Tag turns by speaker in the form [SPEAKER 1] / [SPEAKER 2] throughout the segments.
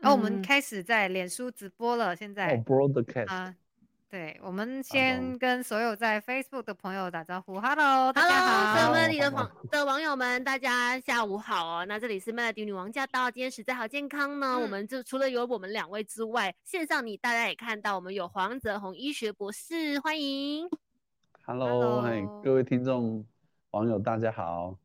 [SPEAKER 1] 然后哦我们
[SPEAKER 2] 嗯
[SPEAKER 1] 开始在脸书直播了，现
[SPEAKER 3] 哦
[SPEAKER 1] 在
[SPEAKER 3] ，broadcast，
[SPEAKER 1] 哎啊，对，我们
[SPEAKER 3] 好
[SPEAKER 1] 先跟所有在 Facebook 的朋友打招呼，Hello，大家好。
[SPEAKER 2] Hello，什
[SPEAKER 3] 好
[SPEAKER 2] y 里的
[SPEAKER 3] 好
[SPEAKER 2] 网的网友们，大家下午好哦。那这里是 Melody 女王驾到，今天实在好健康呢。我
[SPEAKER 1] 嗯
[SPEAKER 2] 们就除了有我们两位之外，线上你大家也看到，我们有黄泽宏医学博士，欢迎。
[SPEAKER 3] Hello，嘿
[SPEAKER 1] Hello，
[SPEAKER 3] 各位听众、网友，大家好。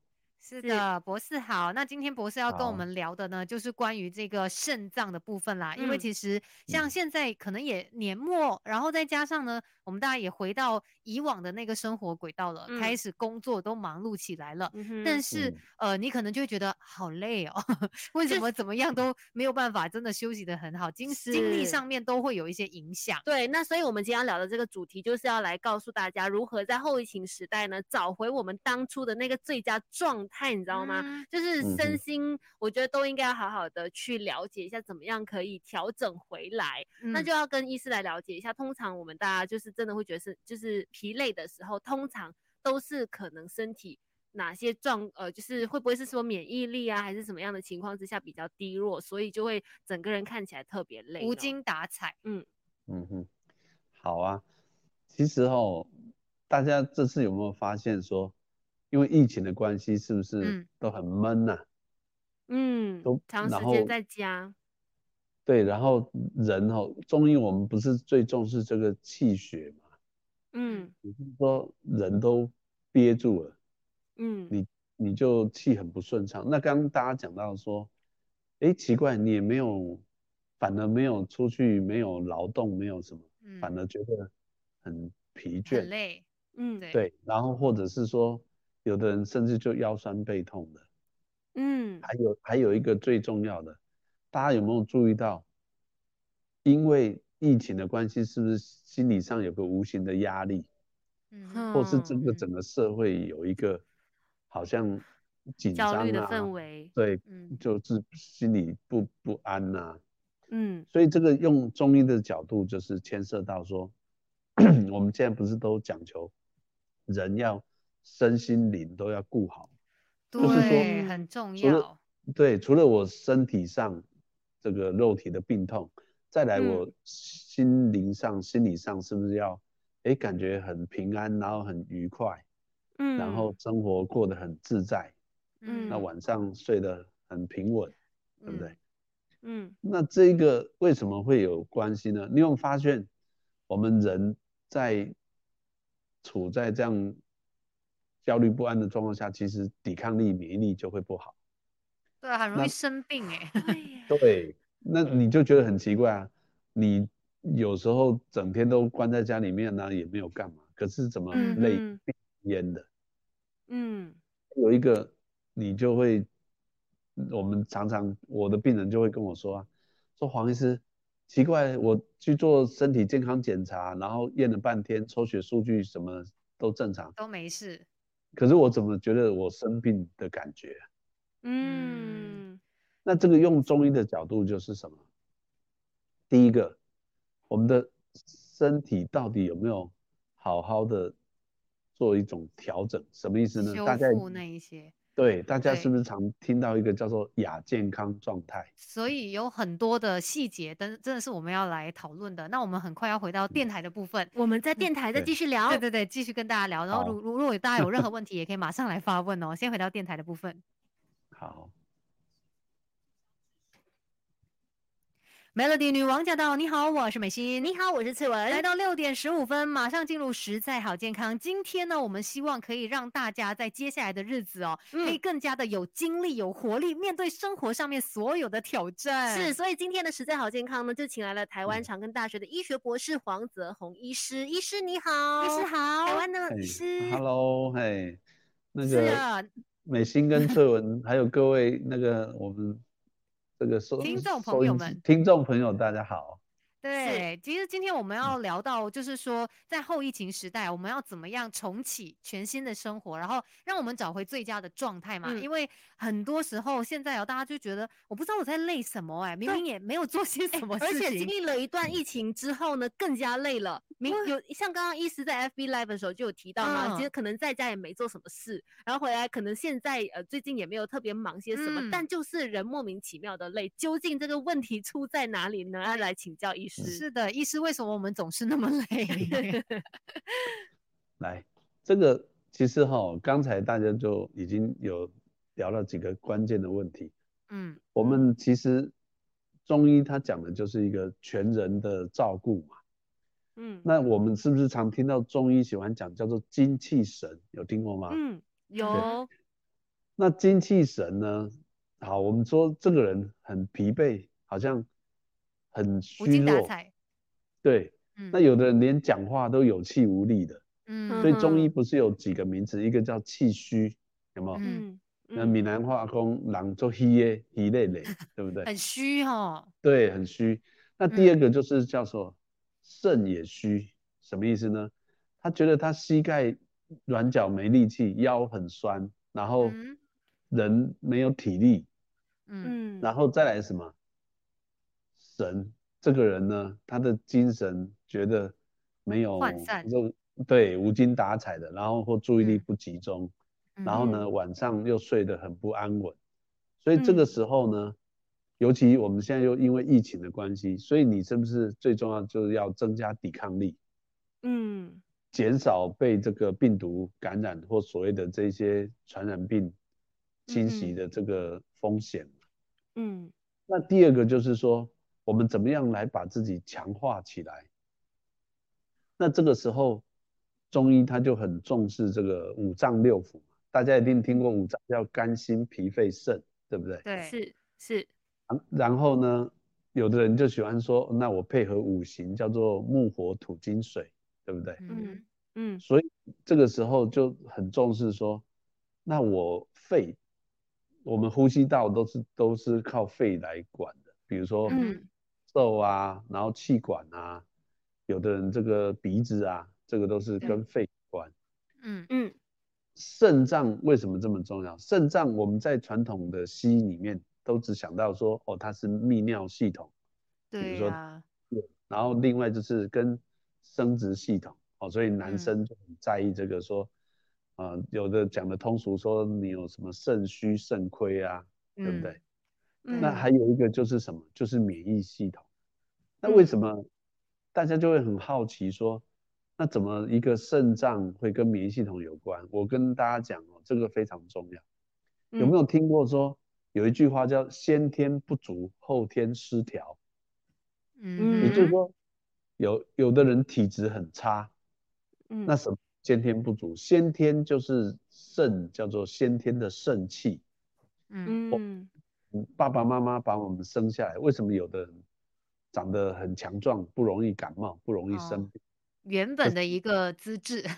[SPEAKER 1] 是
[SPEAKER 2] 是
[SPEAKER 1] 的，博士好。那今天博士要跟我
[SPEAKER 3] 好
[SPEAKER 1] 们聊的呢，就是关于这个肾脏的部分啦。因为
[SPEAKER 2] 嗯
[SPEAKER 1] 其实像
[SPEAKER 3] 嗯
[SPEAKER 1] 现在可能也年末，然后再加上呢，我们大家也回到以往的那个生活轨道了，开
[SPEAKER 2] 嗯
[SPEAKER 1] 始工作都忙碌起来了。
[SPEAKER 2] 嗯哼
[SPEAKER 1] 但是、
[SPEAKER 3] 嗯
[SPEAKER 1] 呃，你可能就会觉得好累哦， 为什
[SPEAKER 2] 就
[SPEAKER 1] 么怎么样都没有办法真的休息的很好，精精力
[SPEAKER 2] 是
[SPEAKER 1] 上面都会有一些影响。
[SPEAKER 2] 对，那所以我们今天要聊的这个主题，就是要来告诉大家如何在后疫情时代呢，找回我们当初的那个最佳状态，你知
[SPEAKER 1] 知
[SPEAKER 2] 道吗？？就是
[SPEAKER 3] 嗯
[SPEAKER 2] 身
[SPEAKER 3] 哼
[SPEAKER 2] 心，我觉得都应该要好好的去了解一下，怎么样可以调整回来。那
[SPEAKER 1] 嗯
[SPEAKER 2] 就要跟医师来了解一下。通常我们大家就是真的会觉得是，就是疲累的时候，通常都是可能身体哪些状呃，就是会不会是说免疫力啊，还是什么样的情况之下比较低弱，所以就会整个人看起来特别累呢。
[SPEAKER 1] 无精打采。
[SPEAKER 3] 嗯哼，好啊。其实哦，大家这次有没有发现说，因为疫情的关系，是不
[SPEAKER 1] 嗯
[SPEAKER 3] 是都很闷呐、
[SPEAKER 2] 嗯
[SPEAKER 3] 都，
[SPEAKER 2] 长
[SPEAKER 3] 然
[SPEAKER 2] 时间
[SPEAKER 3] 后
[SPEAKER 2] 在家，
[SPEAKER 3] 对，然后人哦，中医我们不是最重视这个气血嘛，
[SPEAKER 2] 嗯
[SPEAKER 3] 说人都憋住了，
[SPEAKER 2] 嗯，
[SPEAKER 3] 你你就气很不顺畅。那刚刚大家讲到说，诶，奇怪，你也没有，反而没有出去，没有劳动，没有什么，
[SPEAKER 1] 嗯，
[SPEAKER 3] 反而觉得很疲
[SPEAKER 1] 很
[SPEAKER 3] 倦。
[SPEAKER 1] 累。
[SPEAKER 2] 嗯
[SPEAKER 1] 对
[SPEAKER 3] 对，然后或者是说，有的人甚至就腰酸背痛的。
[SPEAKER 2] 嗯
[SPEAKER 3] 还有还有一个最重要的，大家有没有注意到？因为疫情的关系，是不是心理上有个无形的压力，
[SPEAKER 1] 嗯哼，
[SPEAKER 2] 哼
[SPEAKER 3] 或是这个
[SPEAKER 1] 嗯
[SPEAKER 3] 整个社会有一个好像紧张
[SPEAKER 2] 焦虑的氛
[SPEAKER 3] 啊，
[SPEAKER 2] 围，
[SPEAKER 3] 对，
[SPEAKER 1] 嗯
[SPEAKER 3] 就是心里不不安啊呐、
[SPEAKER 2] 嗯
[SPEAKER 3] 所以这个用中医的角度，就是牵涉到说， 我们现在不是都讲求人要身心灵都要顾好，就是说
[SPEAKER 1] 对，很重
[SPEAKER 3] 除了
[SPEAKER 1] 要。
[SPEAKER 3] 对，除了我身体上这个肉体的病痛，再来
[SPEAKER 2] 嗯
[SPEAKER 3] 我心灵上、心理上是不是要，哎，感觉很平安，然后很愉快，
[SPEAKER 2] 嗯，
[SPEAKER 3] 然后生活过得很自在，
[SPEAKER 2] 嗯
[SPEAKER 3] 那晚上睡得很平稳，对不对？
[SPEAKER 1] 嗯
[SPEAKER 2] 嗯
[SPEAKER 3] 那这个为什么会有关系呢？你有没有发现，我们人在处在这样焦虑不安的状况下，其实抵抗力、免疫力就会不好。
[SPEAKER 1] 对啊，很容易
[SPEAKER 3] 那
[SPEAKER 1] 生病哎、
[SPEAKER 2] 对耶
[SPEAKER 3] 对，那你就觉得很奇怪啊，你有时候整天都关在家里面呢、也没有干嘛，可是怎么
[SPEAKER 1] 嗯
[SPEAKER 3] 累
[SPEAKER 2] 嗯
[SPEAKER 3] 病恹的？
[SPEAKER 2] 嗯
[SPEAKER 3] 有一个你就会，我们常常我的病人就会跟我说啊，说黄医师，奇怪，我去做身体健康检查，然后验了半天，抽血数据什么都正常，
[SPEAKER 1] 都没事。
[SPEAKER 3] 可是我怎么觉得我生病的感觉？
[SPEAKER 2] 嗯
[SPEAKER 3] 那这个用中医的角度就是什么？第一个，我们的身体到底有没有好好的做一种调整？什么意思呢？
[SPEAKER 1] 修
[SPEAKER 3] 大家嗯
[SPEAKER 1] 复那一些，
[SPEAKER 3] 对大家是
[SPEAKER 1] 对
[SPEAKER 3] 不是常听到一个叫做亚健康状态？
[SPEAKER 1] 所以有很多的细节，真真的是我们要来讨论的。那我们很快要回到电台的部分。
[SPEAKER 2] 我们在电台再
[SPEAKER 3] 对
[SPEAKER 2] 继续聊
[SPEAKER 1] 对。对对，继续跟大家聊。然后
[SPEAKER 3] 好
[SPEAKER 1] 如如如果大家有任何问题，也可以马上来发问哦。先回到电台的部分。
[SPEAKER 3] 好，
[SPEAKER 1] Melody 女王驾到！你好，我是美心。
[SPEAKER 2] 你好，我是翠文。
[SPEAKER 1] 来到六点十五分，马上进入实在好健康。今天呢，我们希望可以让大家在接下来的日子哦，可以
[SPEAKER 2] 嗯，
[SPEAKER 1] 更加的有精力、有活力，面对生活上面所有的挑战。
[SPEAKER 2] 是，所以今天的实在好健康呢，就请来了台湾
[SPEAKER 3] 嗯
[SPEAKER 2] 长庚大学的医学博士黄泽宏医师。医师你好，
[SPEAKER 1] 医师好，
[SPEAKER 2] 哦台湾的
[SPEAKER 3] 嘿
[SPEAKER 2] 医师。
[SPEAKER 3] ，Hello，嘿，那
[SPEAKER 1] 是啊
[SPEAKER 3] 个
[SPEAKER 1] 的，
[SPEAKER 3] 美心跟翠文，还有各位那个我们这个收
[SPEAKER 1] 听众
[SPEAKER 3] 收
[SPEAKER 1] 朋友
[SPEAKER 3] 音
[SPEAKER 1] 们
[SPEAKER 3] 机听众朋友，大家好。
[SPEAKER 1] 对，其实今天我们
[SPEAKER 3] 嗯
[SPEAKER 1] 要聊到，就是说在后疫情时代，我们要怎么样重启全新的生活，然后让我们找回最佳的状态嘛。
[SPEAKER 2] 嗯
[SPEAKER 1] 因为很多时候现在哦，大家就觉得我不知道我在累什么、哎，明
[SPEAKER 2] 对
[SPEAKER 1] 明也没有做些
[SPEAKER 3] 哎
[SPEAKER 1] 什么事
[SPEAKER 2] 而
[SPEAKER 1] 情，
[SPEAKER 2] 且经历了一段疫情之后呢，更加累了。明有像刚刚医师在 FB Live 的时候就有提到嘛，
[SPEAKER 1] 嗯
[SPEAKER 2] 其实可能在家也没做什么事，然后回来可能现在呃最近也没有特别忙些什么，
[SPEAKER 1] 嗯
[SPEAKER 2] 但就是人莫名其妙的累。究竟这个问题出在哪里呢？要来请教医师。
[SPEAKER 1] 是的，医师为什么我们总是那么累？
[SPEAKER 3] 来，这个其实哈、刚才大家就已经有聊到几个关键的问题。
[SPEAKER 1] 嗯
[SPEAKER 3] 我们其实中医它讲的就是一个全人的照顾嘛。
[SPEAKER 2] 嗯
[SPEAKER 3] 那我们是不是常听到中医喜欢讲叫做精气神？有听过吗？
[SPEAKER 2] 嗯，有
[SPEAKER 3] 那精气神呢？好，我们说这个人很疲惫，好像很虚
[SPEAKER 1] 无精打
[SPEAKER 3] 弱。
[SPEAKER 1] 采。
[SPEAKER 3] 对，
[SPEAKER 1] 嗯，
[SPEAKER 3] 那有的人连讲话都有气无力的，所以
[SPEAKER 1] 嗯
[SPEAKER 3] 中医
[SPEAKER 2] 嗯
[SPEAKER 3] 不是有几个名词，一个叫气虚，有没有？
[SPEAKER 1] 嗯
[SPEAKER 3] 那闽南话讲人做虚耶虚累累，对不对？
[SPEAKER 1] 很虚哦，
[SPEAKER 3] 对，很虚。那
[SPEAKER 1] 嗯
[SPEAKER 3] 第二个就是叫做肾也虚，什么意思呢？他觉得他膝盖软脚没力气，腰很酸，然后
[SPEAKER 1] 嗯
[SPEAKER 3] 人没有体力，
[SPEAKER 1] 嗯
[SPEAKER 2] 嗯
[SPEAKER 3] 然后再来什么？神这个人呢，他的精神觉得没有
[SPEAKER 1] 涣散
[SPEAKER 3] 就对无精打采的，然后或注意力
[SPEAKER 1] 嗯
[SPEAKER 3] 不集中，
[SPEAKER 1] 嗯，
[SPEAKER 3] 然后呢晚上又睡得很不安稳，所以这个
[SPEAKER 2] 嗯
[SPEAKER 3] 时候呢，尤其我们现在又因为疫情的关系，所以你是不是最重要就是要增加抵抗力，
[SPEAKER 2] 嗯
[SPEAKER 3] 减少被这个病毒感染或所谓的这些传染病侵袭
[SPEAKER 2] 嗯
[SPEAKER 3] 的这个风险？
[SPEAKER 2] 嗯
[SPEAKER 3] 那第二个就是说，我们怎么样来把自己强化起来？那这个时候，中医他就很重视这个五脏六腑，大家一定听过五脏叫肝、心、脾、肺、肾，对不对？
[SPEAKER 1] 对，
[SPEAKER 2] 是是
[SPEAKER 3] 然然后呢，有的人就喜欢说，那我配合五行叫做木、火、土、金、水，对不对？
[SPEAKER 1] 嗯
[SPEAKER 2] 嗯
[SPEAKER 3] 所以这个时候就很重视说，那我肺，我们呼吸道都是都是靠肺来管的，比如说
[SPEAKER 2] 嗯
[SPEAKER 3] 肺啊，然后气管啊，有的人这个鼻子啊，这个都是
[SPEAKER 1] 对
[SPEAKER 3] 跟肺有关。
[SPEAKER 1] 嗯
[SPEAKER 2] 嗯
[SPEAKER 3] 肾脏为什么这么重要？肾脏我们在传统的西医里面都只想到说，哦，它是泌尿系统，
[SPEAKER 1] 对
[SPEAKER 3] 说
[SPEAKER 1] 呀，
[SPEAKER 3] 然后另外就是跟生殖系统哦，所以男
[SPEAKER 1] 嗯
[SPEAKER 3] 生就很在意这个说，呃，有的讲的通俗说你有什么肾虚、肾亏啊，对不
[SPEAKER 1] 嗯
[SPEAKER 3] 对？
[SPEAKER 2] 嗯，
[SPEAKER 3] 那还有一个就是什么，就是免疫系统。那
[SPEAKER 2] 嗯
[SPEAKER 3] 为什么大家就会很好奇说，那怎么一个肾脏会跟免疫系统有关？我跟大家讲哦，这个非常重要。
[SPEAKER 2] 嗯
[SPEAKER 3] 有没有听过说有一句话叫“先天不足，后天失调”？
[SPEAKER 1] 嗯
[SPEAKER 3] 也
[SPEAKER 1] 哼，
[SPEAKER 3] 就是
[SPEAKER 2] 嗯
[SPEAKER 3] 说，有有的人体质很差，
[SPEAKER 2] 嗯
[SPEAKER 3] 那什么先天不足？先天就是肾，叫做先天的肾气。
[SPEAKER 1] 嗯
[SPEAKER 2] 嗯
[SPEAKER 3] 嗯爸爸妈妈把我们生下来，为什么有的人长得很强壮，不容易感冒，不容易生
[SPEAKER 1] 哦
[SPEAKER 3] 病？
[SPEAKER 1] 原本的一个资质，
[SPEAKER 2] 哦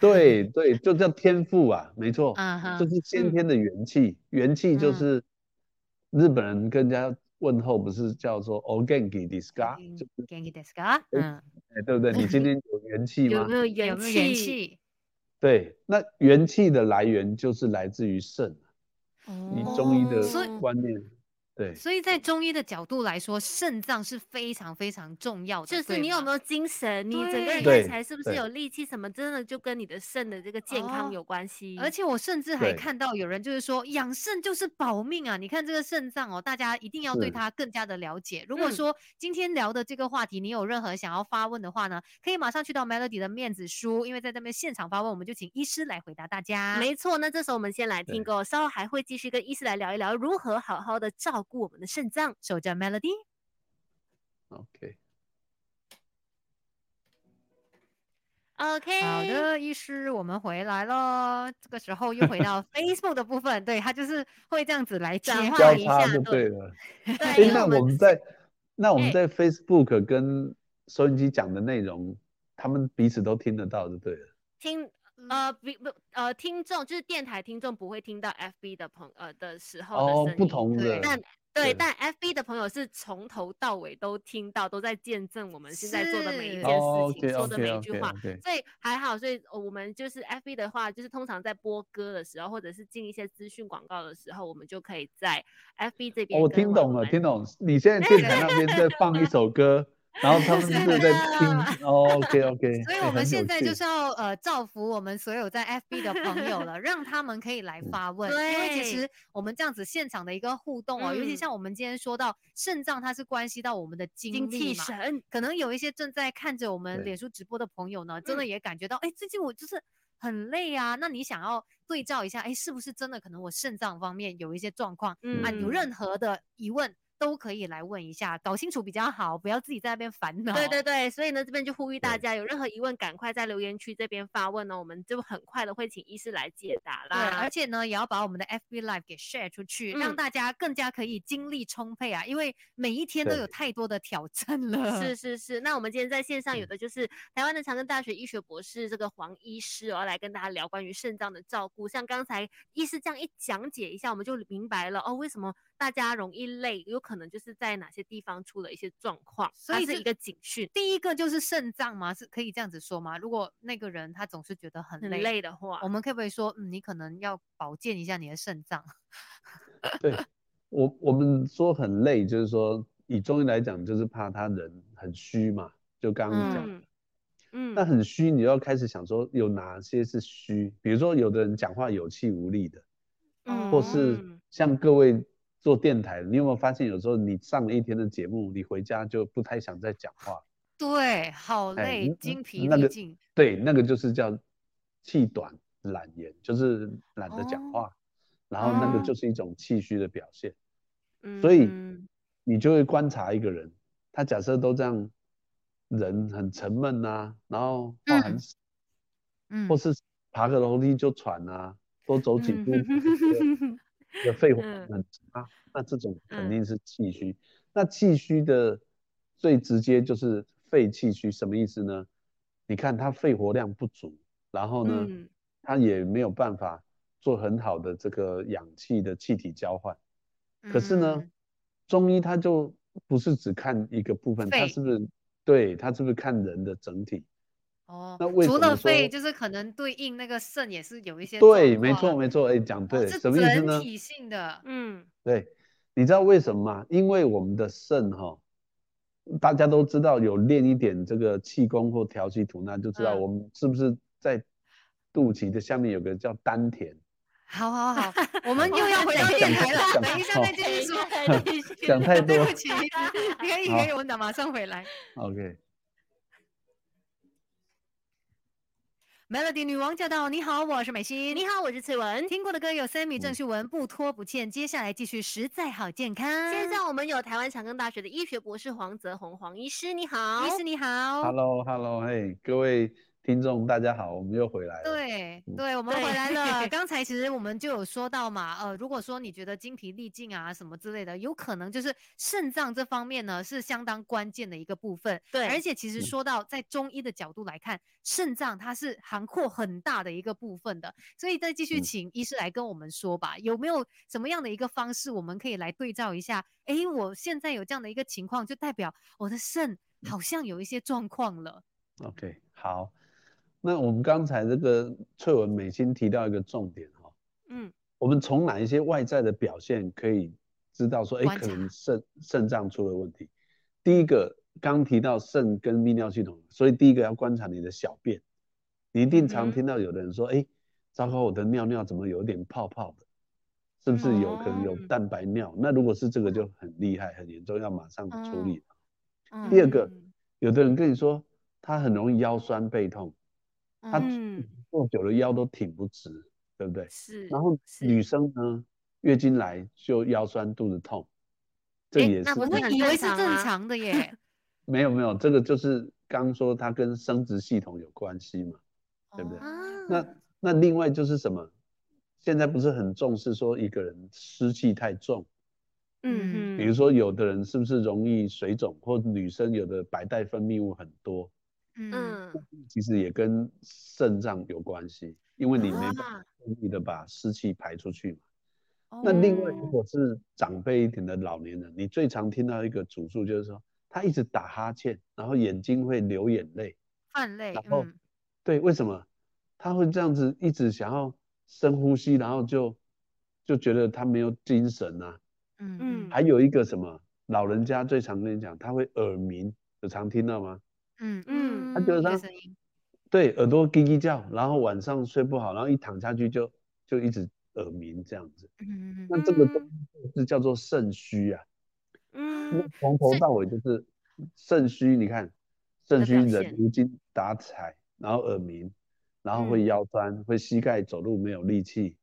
[SPEAKER 3] 对对，就叫天赋啊，没错，
[SPEAKER 1] 嗯哼
[SPEAKER 3] 这是先
[SPEAKER 2] 嗯
[SPEAKER 3] 天的元气。元气就
[SPEAKER 1] 嗯
[SPEAKER 3] 是日本人跟人家问候，不是叫做 “ogenki d i s c
[SPEAKER 2] 啊
[SPEAKER 3] a 就
[SPEAKER 1] g a n g i d e s k a 嗯，
[SPEAKER 3] 是对不对？你今天有元气吗？
[SPEAKER 2] 有没有
[SPEAKER 1] 有
[SPEAKER 2] 元
[SPEAKER 1] 没有元？气？
[SPEAKER 3] 对，那元气的来源就是来自于肾，以中医
[SPEAKER 2] 哦
[SPEAKER 1] 所以
[SPEAKER 3] 的观念，对，
[SPEAKER 1] 所以在中医的角度来说，肾脏是非常非常重要的，
[SPEAKER 2] 就是
[SPEAKER 1] 对
[SPEAKER 2] 你有
[SPEAKER 1] 吗
[SPEAKER 2] 没有精神，你整个人
[SPEAKER 1] 对
[SPEAKER 2] 看起来是不是
[SPEAKER 3] 对
[SPEAKER 2] 有力气，什么真的就跟你的肾的这个健
[SPEAKER 1] 哦
[SPEAKER 2] 康有关系。
[SPEAKER 1] 而且我甚至还
[SPEAKER 3] 对
[SPEAKER 1] 看到有人就是说，养肾就是保命啊！你看这个肾脏哦，大家一定要对
[SPEAKER 3] 是
[SPEAKER 1] 它更加的了解。如果
[SPEAKER 2] 嗯
[SPEAKER 1] 说今天聊的这个话题，你有任何想要发问的话呢，可以马上去到 Melody 的面子书，因为在那边现场发问，我们就请医师来回答大家。
[SPEAKER 2] 没错，那这时候我们先来听
[SPEAKER 3] 对
[SPEAKER 2] 歌，稍后还会继续跟医师来聊一聊如何好好的照顾我们的肾脏。
[SPEAKER 1] 守着 Melody。
[SPEAKER 3] OK，
[SPEAKER 2] OK，
[SPEAKER 1] 好， 的，医师，我们回来喽。这个时候又回到 Facebook 的部分，对他就是会这样子来切
[SPEAKER 2] 转换
[SPEAKER 1] 换
[SPEAKER 3] 交
[SPEAKER 1] 一
[SPEAKER 3] 叉
[SPEAKER 1] 下
[SPEAKER 3] 就
[SPEAKER 1] 的
[SPEAKER 3] 对了。
[SPEAKER 2] 对，
[SPEAKER 3] 诶
[SPEAKER 2] 因为哎
[SPEAKER 3] 那
[SPEAKER 2] 我
[SPEAKER 3] 我
[SPEAKER 2] 们
[SPEAKER 3] 们在那我们
[SPEAKER 2] 哎
[SPEAKER 3] 在 Facebook 跟收音机讲的内容，他们彼此都听得到就对了。
[SPEAKER 2] 听呃不不呃听众就是电台听众不会听到 FB 的朋呃的时候的
[SPEAKER 3] 哦
[SPEAKER 2] 声音，，
[SPEAKER 3] 不同
[SPEAKER 1] 对
[SPEAKER 3] 的，
[SPEAKER 2] 但对，
[SPEAKER 3] 对
[SPEAKER 2] 但 FB 的朋友是从头到尾都听到，都在见证我们现在做的每一
[SPEAKER 1] 是
[SPEAKER 2] 件
[SPEAKER 1] 这
[SPEAKER 3] 哦
[SPEAKER 2] 事
[SPEAKER 3] ，OK
[SPEAKER 2] 情，说的
[SPEAKER 3] OK
[SPEAKER 2] 每一句
[SPEAKER 3] OK
[SPEAKER 2] 话。
[SPEAKER 3] OK，
[SPEAKER 2] 所以还好，所以呃我们就是 FB 的话，就是通常在播歌的时候，或者是进一些资讯广告的时候，我们就可以在 FB 这边、
[SPEAKER 3] 哦我听懂了，听
[SPEAKER 2] 懂。
[SPEAKER 3] 懂。你现在电台那边在放一首歌，然后他 们就在听。哦，OK OK，
[SPEAKER 1] 所以我们现在就是要呃造福我们所有在 FB 的朋友了，让他们可以来发问，因为其实
[SPEAKER 2] 嗯对
[SPEAKER 1] 我们这样子现场的一个互动哦，尤其
[SPEAKER 2] 嗯
[SPEAKER 1] 像我们今天说到肾脏，它是关系到我们的精
[SPEAKER 2] 精
[SPEAKER 1] 力
[SPEAKER 2] 气
[SPEAKER 1] 嘛。
[SPEAKER 2] 神，
[SPEAKER 1] 可能有一些正在看着我们
[SPEAKER 3] 对
[SPEAKER 1] 脸书直播的朋友呢，真的
[SPEAKER 2] 嗯
[SPEAKER 1] 也感觉到，哎、最近我就是很累啊。那你想要对照一下，哎，是不是真的可能我肾脏方面有一些状况？
[SPEAKER 2] 嗯
[SPEAKER 1] 啊，有任何的疑问都可以来问一下，搞清楚比较好，不要自己在那边烦恼。
[SPEAKER 2] 对对对，所以呢，这边就呼吁大
[SPEAKER 3] 对
[SPEAKER 2] 家有任何疑问，赶快在留言区这边发问哦呢，我们就很快的会请医师来解答
[SPEAKER 1] 对，而
[SPEAKER 2] 啦。
[SPEAKER 1] 且呢，也要把我们的 FB Live 给 share 出去，让
[SPEAKER 2] 嗯
[SPEAKER 1] 大家更加可以精力充沛啊！因为每一天都有
[SPEAKER 3] 对
[SPEAKER 1] 太多的挑战了。
[SPEAKER 2] 是，是是，那我们今天在线上
[SPEAKER 3] 嗯
[SPEAKER 2] 有的就是台湾的长庚大学医学博士这个黄医师哦，来跟大家聊关于肾脏的照顾。像刚才医师这样一讲解一下，我们就明白了哦，为什么大家容易累，有可能就是在哪些地方出了一些状况，
[SPEAKER 1] 所
[SPEAKER 2] 它
[SPEAKER 1] 以
[SPEAKER 2] 是
[SPEAKER 1] 这
[SPEAKER 2] 一个警讯。
[SPEAKER 1] 第一个就是肾脏嘛，是可以这样子说吗？如果那个人他总是觉得很
[SPEAKER 2] 很
[SPEAKER 1] 累，
[SPEAKER 2] 累的
[SPEAKER 3] 啊
[SPEAKER 2] 话
[SPEAKER 3] 哦
[SPEAKER 1] 我，们可不可以说，嗯，你可能要保健一下你的肾脏？
[SPEAKER 3] 对，我我们说很累，就是说以中医来讲，就是怕他人很虚嘛，就刚刚讲。
[SPEAKER 2] 嗯嗯
[SPEAKER 3] 那很虚，你就要开始想说有哪些是虚，比如说有的人讲话有气无力的，
[SPEAKER 2] 嗯，
[SPEAKER 3] 或是像各位做电台的，你有没有发现有时候你上了一天的节目，你回家就不太想再讲话了？
[SPEAKER 1] 对，好
[SPEAKER 3] 哎
[SPEAKER 1] 累，
[SPEAKER 3] 嗯嗯
[SPEAKER 1] 精疲
[SPEAKER 3] 那
[SPEAKER 1] 力
[SPEAKER 3] 个
[SPEAKER 1] 尽。
[SPEAKER 3] 对，那个就是叫气短懒言，就是懒得讲
[SPEAKER 1] 哦
[SPEAKER 3] 话，然后那个
[SPEAKER 1] 哦
[SPEAKER 3] 就是一种气虚的表现。所以
[SPEAKER 2] 嗯
[SPEAKER 3] 你就会观察一个人，他假设都这样，人很沉闷啊，然后话很
[SPEAKER 1] 嗯
[SPEAKER 3] 少，
[SPEAKER 1] 嗯，
[SPEAKER 3] 或是爬个楼梯就喘啊，多走几步
[SPEAKER 2] 嗯
[SPEAKER 3] 你的肺活
[SPEAKER 2] 嗯
[SPEAKER 3] 量很差，那这种肯
[SPEAKER 2] 嗯
[SPEAKER 3] 定是气虚。那气虚的最直接就是肺气虚，什么意思呢？你看他肺活量不足，然后呢，
[SPEAKER 2] 嗯
[SPEAKER 3] 他也没有办法做很好的这个氧气的气体交换。可是呢，
[SPEAKER 1] 嗯
[SPEAKER 3] 中医它就不是只看一个部分，它
[SPEAKER 1] 肺
[SPEAKER 3] 是不是对它是不是看人的整体？
[SPEAKER 1] 哦
[SPEAKER 3] 那，为
[SPEAKER 1] 除
[SPEAKER 3] 什么
[SPEAKER 1] 了肺，
[SPEAKER 3] 说
[SPEAKER 1] 就是可能对应那个肾也是有一些
[SPEAKER 3] 对，
[SPEAKER 1] 状
[SPEAKER 3] 没
[SPEAKER 1] 况
[SPEAKER 3] 错
[SPEAKER 1] 啊
[SPEAKER 3] 没错，哎，讲对
[SPEAKER 1] 哦
[SPEAKER 3] 了，
[SPEAKER 1] 是
[SPEAKER 3] 什么意思呢
[SPEAKER 1] 整？体性的，
[SPEAKER 2] 嗯
[SPEAKER 3] 对，你知道为什么吗？因为我们的肾哈，大家都知道有练一点这个气功或调气图，那就知道
[SPEAKER 2] 嗯
[SPEAKER 3] 我们是不是在肚脐的下面有个叫丹田。
[SPEAKER 1] 好好好， 我们
[SPEAKER 2] 哇
[SPEAKER 1] 又要
[SPEAKER 2] 讲
[SPEAKER 1] 回到
[SPEAKER 3] 讲
[SPEAKER 1] 电台了，
[SPEAKER 3] 讲
[SPEAKER 1] 等
[SPEAKER 3] 讲
[SPEAKER 1] 一下
[SPEAKER 3] 好
[SPEAKER 1] 再继续说。
[SPEAKER 3] 讲太
[SPEAKER 1] 对
[SPEAKER 3] 多
[SPEAKER 1] 不起，可以可以，我等马上回来。
[SPEAKER 3] OK，
[SPEAKER 1] Melody 女王驾到，你好，我是美心。
[SPEAKER 2] 你好，我是翠文。
[SPEAKER 1] 听过的歌有 Sammy 郑
[SPEAKER 3] 嗯
[SPEAKER 1] 秀文、不拖不欠，接下来继续实在好健康。
[SPEAKER 2] 线上我们有台湾长庚大学的医学博士黄泽宏黄医师，你好，
[SPEAKER 1] 医师你好。
[SPEAKER 3] Hello Hello，嘿，各位听众大家好，我们又回来了。
[SPEAKER 1] 对
[SPEAKER 3] 嗯
[SPEAKER 1] 对，我们回
[SPEAKER 2] 对
[SPEAKER 1] 来 了。刚才其实我们就有说到嘛，呃，如果说你觉得精疲力尽啊什么之类的，有可能就是肾脏这方面呢是相当关键的一个部分。
[SPEAKER 2] 对
[SPEAKER 1] 而且其实
[SPEAKER 3] 嗯
[SPEAKER 1] 说到在中医的角度来看，肾脏它是涵括很大的一个部分的。所以再继续
[SPEAKER 3] 嗯
[SPEAKER 1] 请医师来跟我们说吧，有没有什么样的一个方式，我们可以来对照一下？诶，我现在有这样的一个情况，就代表我的肾好像有一些状况了。
[SPEAKER 3] OK，好，那我们刚才这个翠文美心提到一个重点哈、
[SPEAKER 2] 嗯
[SPEAKER 3] 我们从哪一些外在的表现可以知道说，哎，
[SPEAKER 1] 观
[SPEAKER 3] 可
[SPEAKER 1] 察
[SPEAKER 3] 能肾肾脏出了问题？第一个，刚提到肾跟泌尿系统，所以第一个要观察你的小便。你一定
[SPEAKER 2] 嗯
[SPEAKER 3] 常
[SPEAKER 2] 哼
[SPEAKER 3] 听到有的人说，哎，糟糕，我的尿尿怎么有点泡泡的？是不是有可能有
[SPEAKER 2] 哦
[SPEAKER 3] 蛋白尿？那如果是这个就很厉害、很严重，要马上处理。
[SPEAKER 1] 嗯
[SPEAKER 3] 第二个
[SPEAKER 2] 嗯
[SPEAKER 3] 有的人跟你说他很容易腰酸背痛，他
[SPEAKER 2] 嗯
[SPEAKER 3] 坐久了腰都挺不直，对不对？
[SPEAKER 2] 是，
[SPEAKER 3] 然后
[SPEAKER 2] 是
[SPEAKER 3] 女生呢，月经来就腰酸肚子痛，这
[SPEAKER 2] 诶
[SPEAKER 3] 也
[SPEAKER 2] 那
[SPEAKER 3] 是
[SPEAKER 2] 不
[SPEAKER 1] 我
[SPEAKER 2] 是
[SPEAKER 1] 会
[SPEAKER 2] 很
[SPEAKER 1] 以
[SPEAKER 2] 正
[SPEAKER 1] 为是
[SPEAKER 2] 常
[SPEAKER 1] 正
[SPEAKER 2] 啊
[SPEAKER 1] 常的耶。
[SPEAKER 3] 没有没有，这个就是刚说它跟生殖系统有关系嘛。 对不对
[SPEAKER 1] 哦
[SPEAKER 2] 啊
[SPEAKER 3] 那那另外就是什么？现在不是很重视说一个人湿气太重，
[SPEAKER 2] 嗯
[SPEAKER 3] 比如说有的人是不是容易水肿，或女生有的白带分泌物很多，
[SPEAKER 1] 嗯，
[SPEAKER 2] 嗯
[SPEAKER 3] 其实也跟肾脏有关系，因为你没办
[SPEAKER 2] 啊
[SPEAKER 3] 法顺利的把湿气排出去嘛。那
[SPEAKER 1] 嗯
[SPEAKER 3] 另外，
[SPEAKER 2] 哦
[SPEAKER 3] 如果是长辈一点的老年人，你最常听到一个主诉就是说，他一直打哈欠，然后眼睛会流眼泪。
[SPEAKER 1] 泛泪，
[SPEAKER 3] 然后
[SPEAKER 1] 嗯，
[SPEAKER 3] 对，为什么他会这样子一直想要深呼吸，然后就就觉得他没有精神啊？
[SPEAKER 1] 嗯
[SPEAKER 2] 嗯
[SPEAKER 3] 还有一个什么，老人家最常跟你讲，他会耳鸣，有常听到吗？
[SPEAKER 1] 嗯
[SPEAKER 2] 嗯
[SPEAKER 1] 嗯，
[SPEAKER 3] 他觉得
[SPEAKER 1] 一个
[SPEAKER 3] 他
[SPEAKER 1] 声音，
[SPEAKER 3] 对，耳朵叽叽叫，然后晚上睡不好，然后一躺下去就就一直耳鸣这样子。
[SPEAKER 1] 嗯嗯
[SPEAKER 3] 那这个
[SPEAKER 2] 嗯
[SPEAKER 3] 东西是叫做肾虚啊，
[SPEAKER 2] 嗯，
[SPEAKER 3] 从头到尾就是肾虚。你看，肾
[SPEAKER 2] 的
[SPEAKER 3] 虚
[SPEAKER 2] 表
[SPEAKER 3] 人
[SPEAKER 2] 现
[SPEAKER 3] 无精打采，然后耳鸣，然后
[SPEAKER 2] 嗯
[SPEAKER 3] 会腰酸，会膝盖走路没有力气，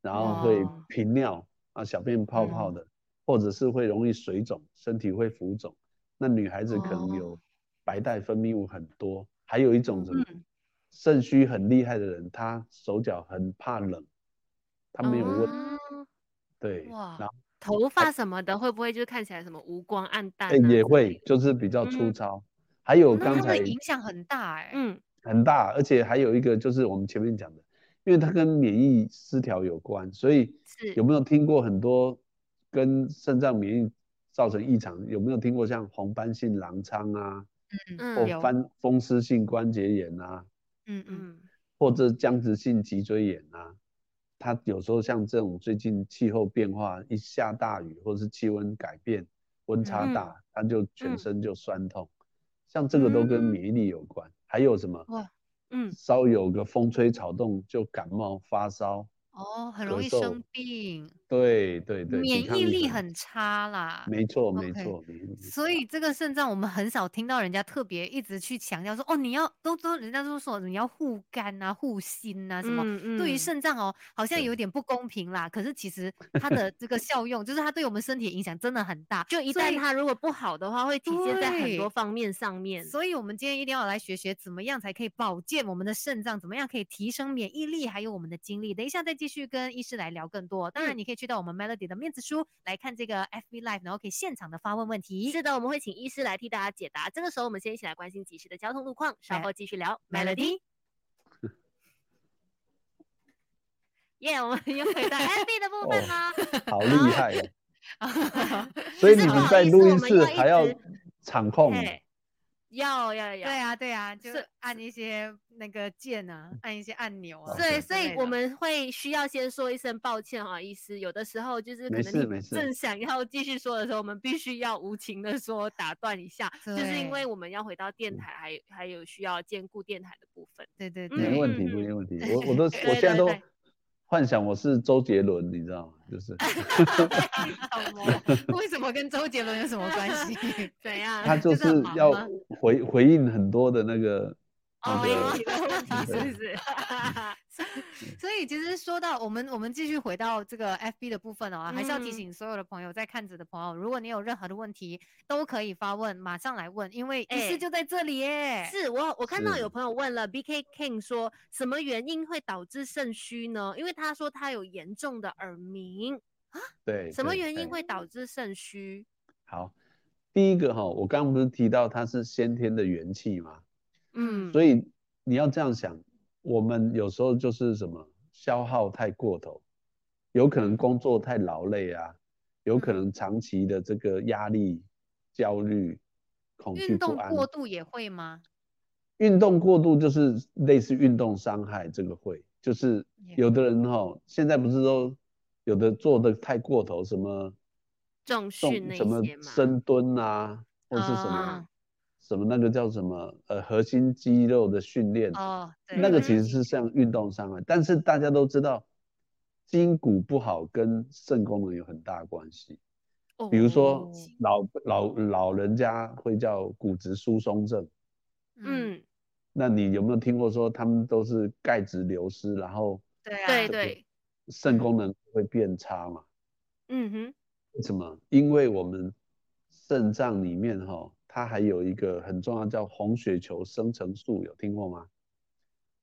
[SPEAKER 3] 然后会
[SPEAKER 2] 哦
[SPEAKER 3] 频尿啊，小便泡泡
[SPEAKER 1] 嗯
[SPEAKER 3] 的，或者是会容易水肿，身体会浮肿。那女孩子可能有
[SPEAKER 1] 哦
[SPEAKER 3] 白带分泌物很多，还有一种什么
[SPEAKER 2] 嗯
[SPEAKER 3] 肾虚很厉害的人，他手脚很怕冷，他没有温，
[SPEAKER 2] 哦
[SPEAKER 3] 对，
[SPEAKER 1] 哇
[SPEAKER 3] 然后
[SPEAKER 2] 头发什么的，会不会就看起来什么无光暗淡、啊
[SPEAKER 3] 啊哎、？也
[SPEAKER 2] 之
[SPEAKER 3] 会
[SPEAKER 2] 类的，
[SPEAKER 3] 就是比较粗
[SPEAKER 2] 嗯
[SPEAKER 3] 糙。还有
[SPEAKER 1] 那
[SPEAKER 3] 刚
[SPEAKER 1] 它
[SPEAKER 3] 才
[SPEAKER 1] 的影响很大哎，
[SPEAKER 2] 嗯
[SPEAKER 3] 很大，而且还有一个就是我们前面讲的，因为它跟免疫失调有关，所以
[SPEAKER 2] 是
[SPEAKER 3] 有没有听过很多跟肾脏免疫造成异常？有没有听过像红斑性狼疮啊，
[SPEAKER 2] 嗯
[SPEAKER 3] 或
[SPEAKER 1] 有，
[SPEAKER 3] 翻风湿性关节炎啊，
[SPEAKER 1] 嗯嗯
[SPEAKER 2] 嗯
[SPEAKER 3] 或者僵直性脊椎炎啊？它有时候像这种最近气候变化，一下大雨或是气温改变、温差
[SPEAKER 2] 嗯
[SPEAKER 3] 大，它就全
[SPEAKER 2] 嗯
[SPEAKER 3] 身就酸痛，像这个都跟
[SPEAKER 2] 嗯
[SPEAKER 3] 免疫力有关。还有什么？
[SPEAKER 2] 嗯，
[SPEAKER 3] 稍有个风吹草动就感冒发烧，
[SPEAKER 1] 哦，很
[SPEAKER 3] 咳
[SPEAKER 1] 容易
[SPEAKER 3] 嗽
[SPEAKER 1] 生病，
[SPEAKER 3] 对对对，
[SPEAKER 1] 免
[SPEAKER 3] 抵抗
[SPEAKER 1] 疫力
[SPEAKER 3] 很
[SPEAKER 1] 很差啦。
[SPEAKER 3] 没错没
[SPEAKER 1] OK
[SPEAKER 3] 错，免疫力
[SPEAKER 1] 所以这个肾脏，我们很少听到人家特别一直去强调说，哦，你要都都，人家都说你要护肝啊、护心啊什么。
[SPEAKER 2] 嗯
[SPEAKER 1] 对于
[SPEAKER 2] 嗯
[SPEAKER 1] 肾脏哦，好像
[SPEAKER 3] 对
[SPEAKER 1] 有点不公平啦。可是其实它的这个效用，就是它对我们身体的影响真的很大。
[SPEAKER 2] 就一
[SPEAKER 1] 所
[SPEAKER 2] 旦
[SPEAKER 1] 以
[SPEAKER 2] 它如果不好的话，会体现在很
[SPEAKER 1] 对
[SPEAKER 2] 多方面上面。
[SPEAKER 1] 所以我们今天一定要来学学怎么样才可以保健我们的肾脏，怎么样可以提升免疫力，还有我们的精力。等一下再继续跟医师来聊更多。当然，
[SPEAKER 2] 嗯
[SPEAKER 1] 你可以去到我们 Melody 的面子书来看这个 FB Live，然后可以现场的发问问题。
[SPEAKER 2] 是的，我们会请医师来替大家解答。这个时候，我们先一起来关心及时的交通路况，稍
[SPEAKER 1] 来
[SPEAKER 2] 后继续聊
[SPEAKER 1] Melody。
[SPEAKER 2] 耶我们又 回到 FB 的部分
[SPEAKER 3] 哦
[SPEAKER 2] 啦。
[SPEAKER 3] 好厉害 哦！
[SPEAKER 2] 可
[SPEAKER 3] 所以
[SPEAKER 2] 是
[SPEAKER 3] 你
[SPEAKER 2] 不
[SPEAKER 3] 们
[SPEAKER 2] 好
[SPEAKER 3] 在
[SPEAKER 2] 意思
[SPEAKER 3] 录
[SPEAKER 2] 我
[SPEAKER 3] 音
[SPEAKER 2] 们
[SPEAKER 3] 室
[SPEAKER 2] 要一
[SPEAKER 3] 还要
[SPEAKER 2] 直
[SPEAKER 3] 场控，
[SPEAKER 2] 嘿哎要要 要
[SPEAKER 1] 对，啊，对啊，就是按一些那个键啊，按一些按钮啊。
[SPEAKER 3] 哦
[SPEAKER 2] 对，
[SPEAKER 3] 对
[SPEAKER 2] 嗯所以我们会需要先说一声抱歉啊，医师。有的时候就是可
[SPEAKER 3] 没事
[SPEAKER 2] 能你
[SPEAKER 3] 没事
[SPEAKER 2] 正想要继续说的时候，我们必须要无情的说打断一下，就是
[SPEAKER 1] 对
[SPEAKER 2] 因为我们要回到电台，还还有需要兼顾电台的部 分。
[SPEAKER 1] 对对对，
[SPEAKER 3] 没问题
[SPEAKER 2] 嗯嗯
[SPEAKER 3] 没问题， 我我都我
[SPEAKER 2] 对
[SPEAKER 3] 现在
[SPEAKER 2] 对
[SPEAKER 3] 都
[SPEAKER 2] 对
[SPEAKER 3] 幻想我是周杰伦，你知道吗？ 就是
[SPEAKER 2] 啊
[SPEAKER 1] 什么？ 为什么跟周杰伦有什么关系？
[SPEAKER 2] 怎样？
[SPEAKER 3] 他就
[SPEAKER 1] 就是很
[SPEAKER 3] 是
[SPEAKER 1] 忙
[SPEAKER 3] 要
[SPEAKER 1] 吗
[SPEAKER 3] 回回应很多的那个
[SPEAKER 2] 哦，
[SPEAKER 3] 那
[SPEAKER 2] 没
[SPEAKER 3] 个
[SPEAKER 2] 有你的问题是 不 是？哎
[SPEAKER 1] 所以其实说到我们，我们继续回到这个 FB 的部分哦，还是要提
[SPEAKER 2] 嗯
[SPEAKER 1] 醒所有的朋友，在看着的朋友，如果你有任何的问题，都可以发问，马上来问，因为医
[SPEAKER 2] 哎
[SPEAKER 1] 师就在这里耶。
[SPEAKER 2] 是我我看到有
[SPEAKER 3] 是
[SPEAKER 2] 朋友问了 B K King 说什么原因会导致肾虚呢？因为他说他有严重的耳鸣，
[SPEAKER 3] 对
[SPEAKER 2] 什么
[SPEAKER 3] 对
[SPEAKER 2] 原
[SPEAKER 3] 对
[SPEAKER 2] 因会导致肾虚？
[SPEAKER 3] 好？第一个哈，我刚刚不是提到它是先天的元气吗？
[SPEAKER 2] 嗯，
[SPEAKER 3] 所以你要这样想，我们有时候就是什么消耗太过头，有可能工作太劳累啊，有
[SPEAKER 1] 嗯
[SPEAKER 3] 可能长期的这个压力、焦虑、恐惧
[SPEAKER 1] 运
[SPEAKER 3] 不
[SPEAKER 1] 动
[SPEAKER 3] 安。
[SPEAKER 1] 过度也会吗？
[SPEAKER 3] 运动过度就是类似运动伤害，这个会就是
[SPEAKER 1] 也
[SPEAKER 3] 有的人哈，现在不是都有的做的太过头，什么
[SPEAKER 2] 重训
[SPEAKER 3] 重
[SPEAKER 2] 那
[SPEAKER 3] 什么
[SPEAKER 2] 一些嘛，
[SPEAKER 3] 深蹲啊，或是什么、
[SPEAKER 1] 啊
[SPEAKER 3] 什么那个叫什么呃核心肌肉的训练
[SPEAKER 1] 哦，对，
[SPEAKER 3] 那个
[SPEAKER 2] 嗯
[SPEAKER 3] 其实是像运动伤害，但是大家都知道，筋骨不好跟肾功能有很大关系。
[SPEAKER 2] 哦
[SPEAKER 3] 比如说
[SPEAKER 1] 哦
[SPEAKER 3] 老老老人家会叫骨质疏松症，
[SPEAKER 1] 嗯，
[SPEAKER 2] 嗯，
[SPEAKER 3] 那你有没有听过说他们都是钙质流失，然后
[SPEAKER 1] 对啊，
[SPEAKER 2] 对
[SPEAKER 3] 这个
[SPEAKER 2] 对，
[SPEAKER 3] 肾功能会变差嘛？
[SPEAKER 2] 嗯哼，
[SPEAKER 3] 为什么？因为我们肾脏里面哈、它还有一个很重要叫红血球生成素，有听过吗？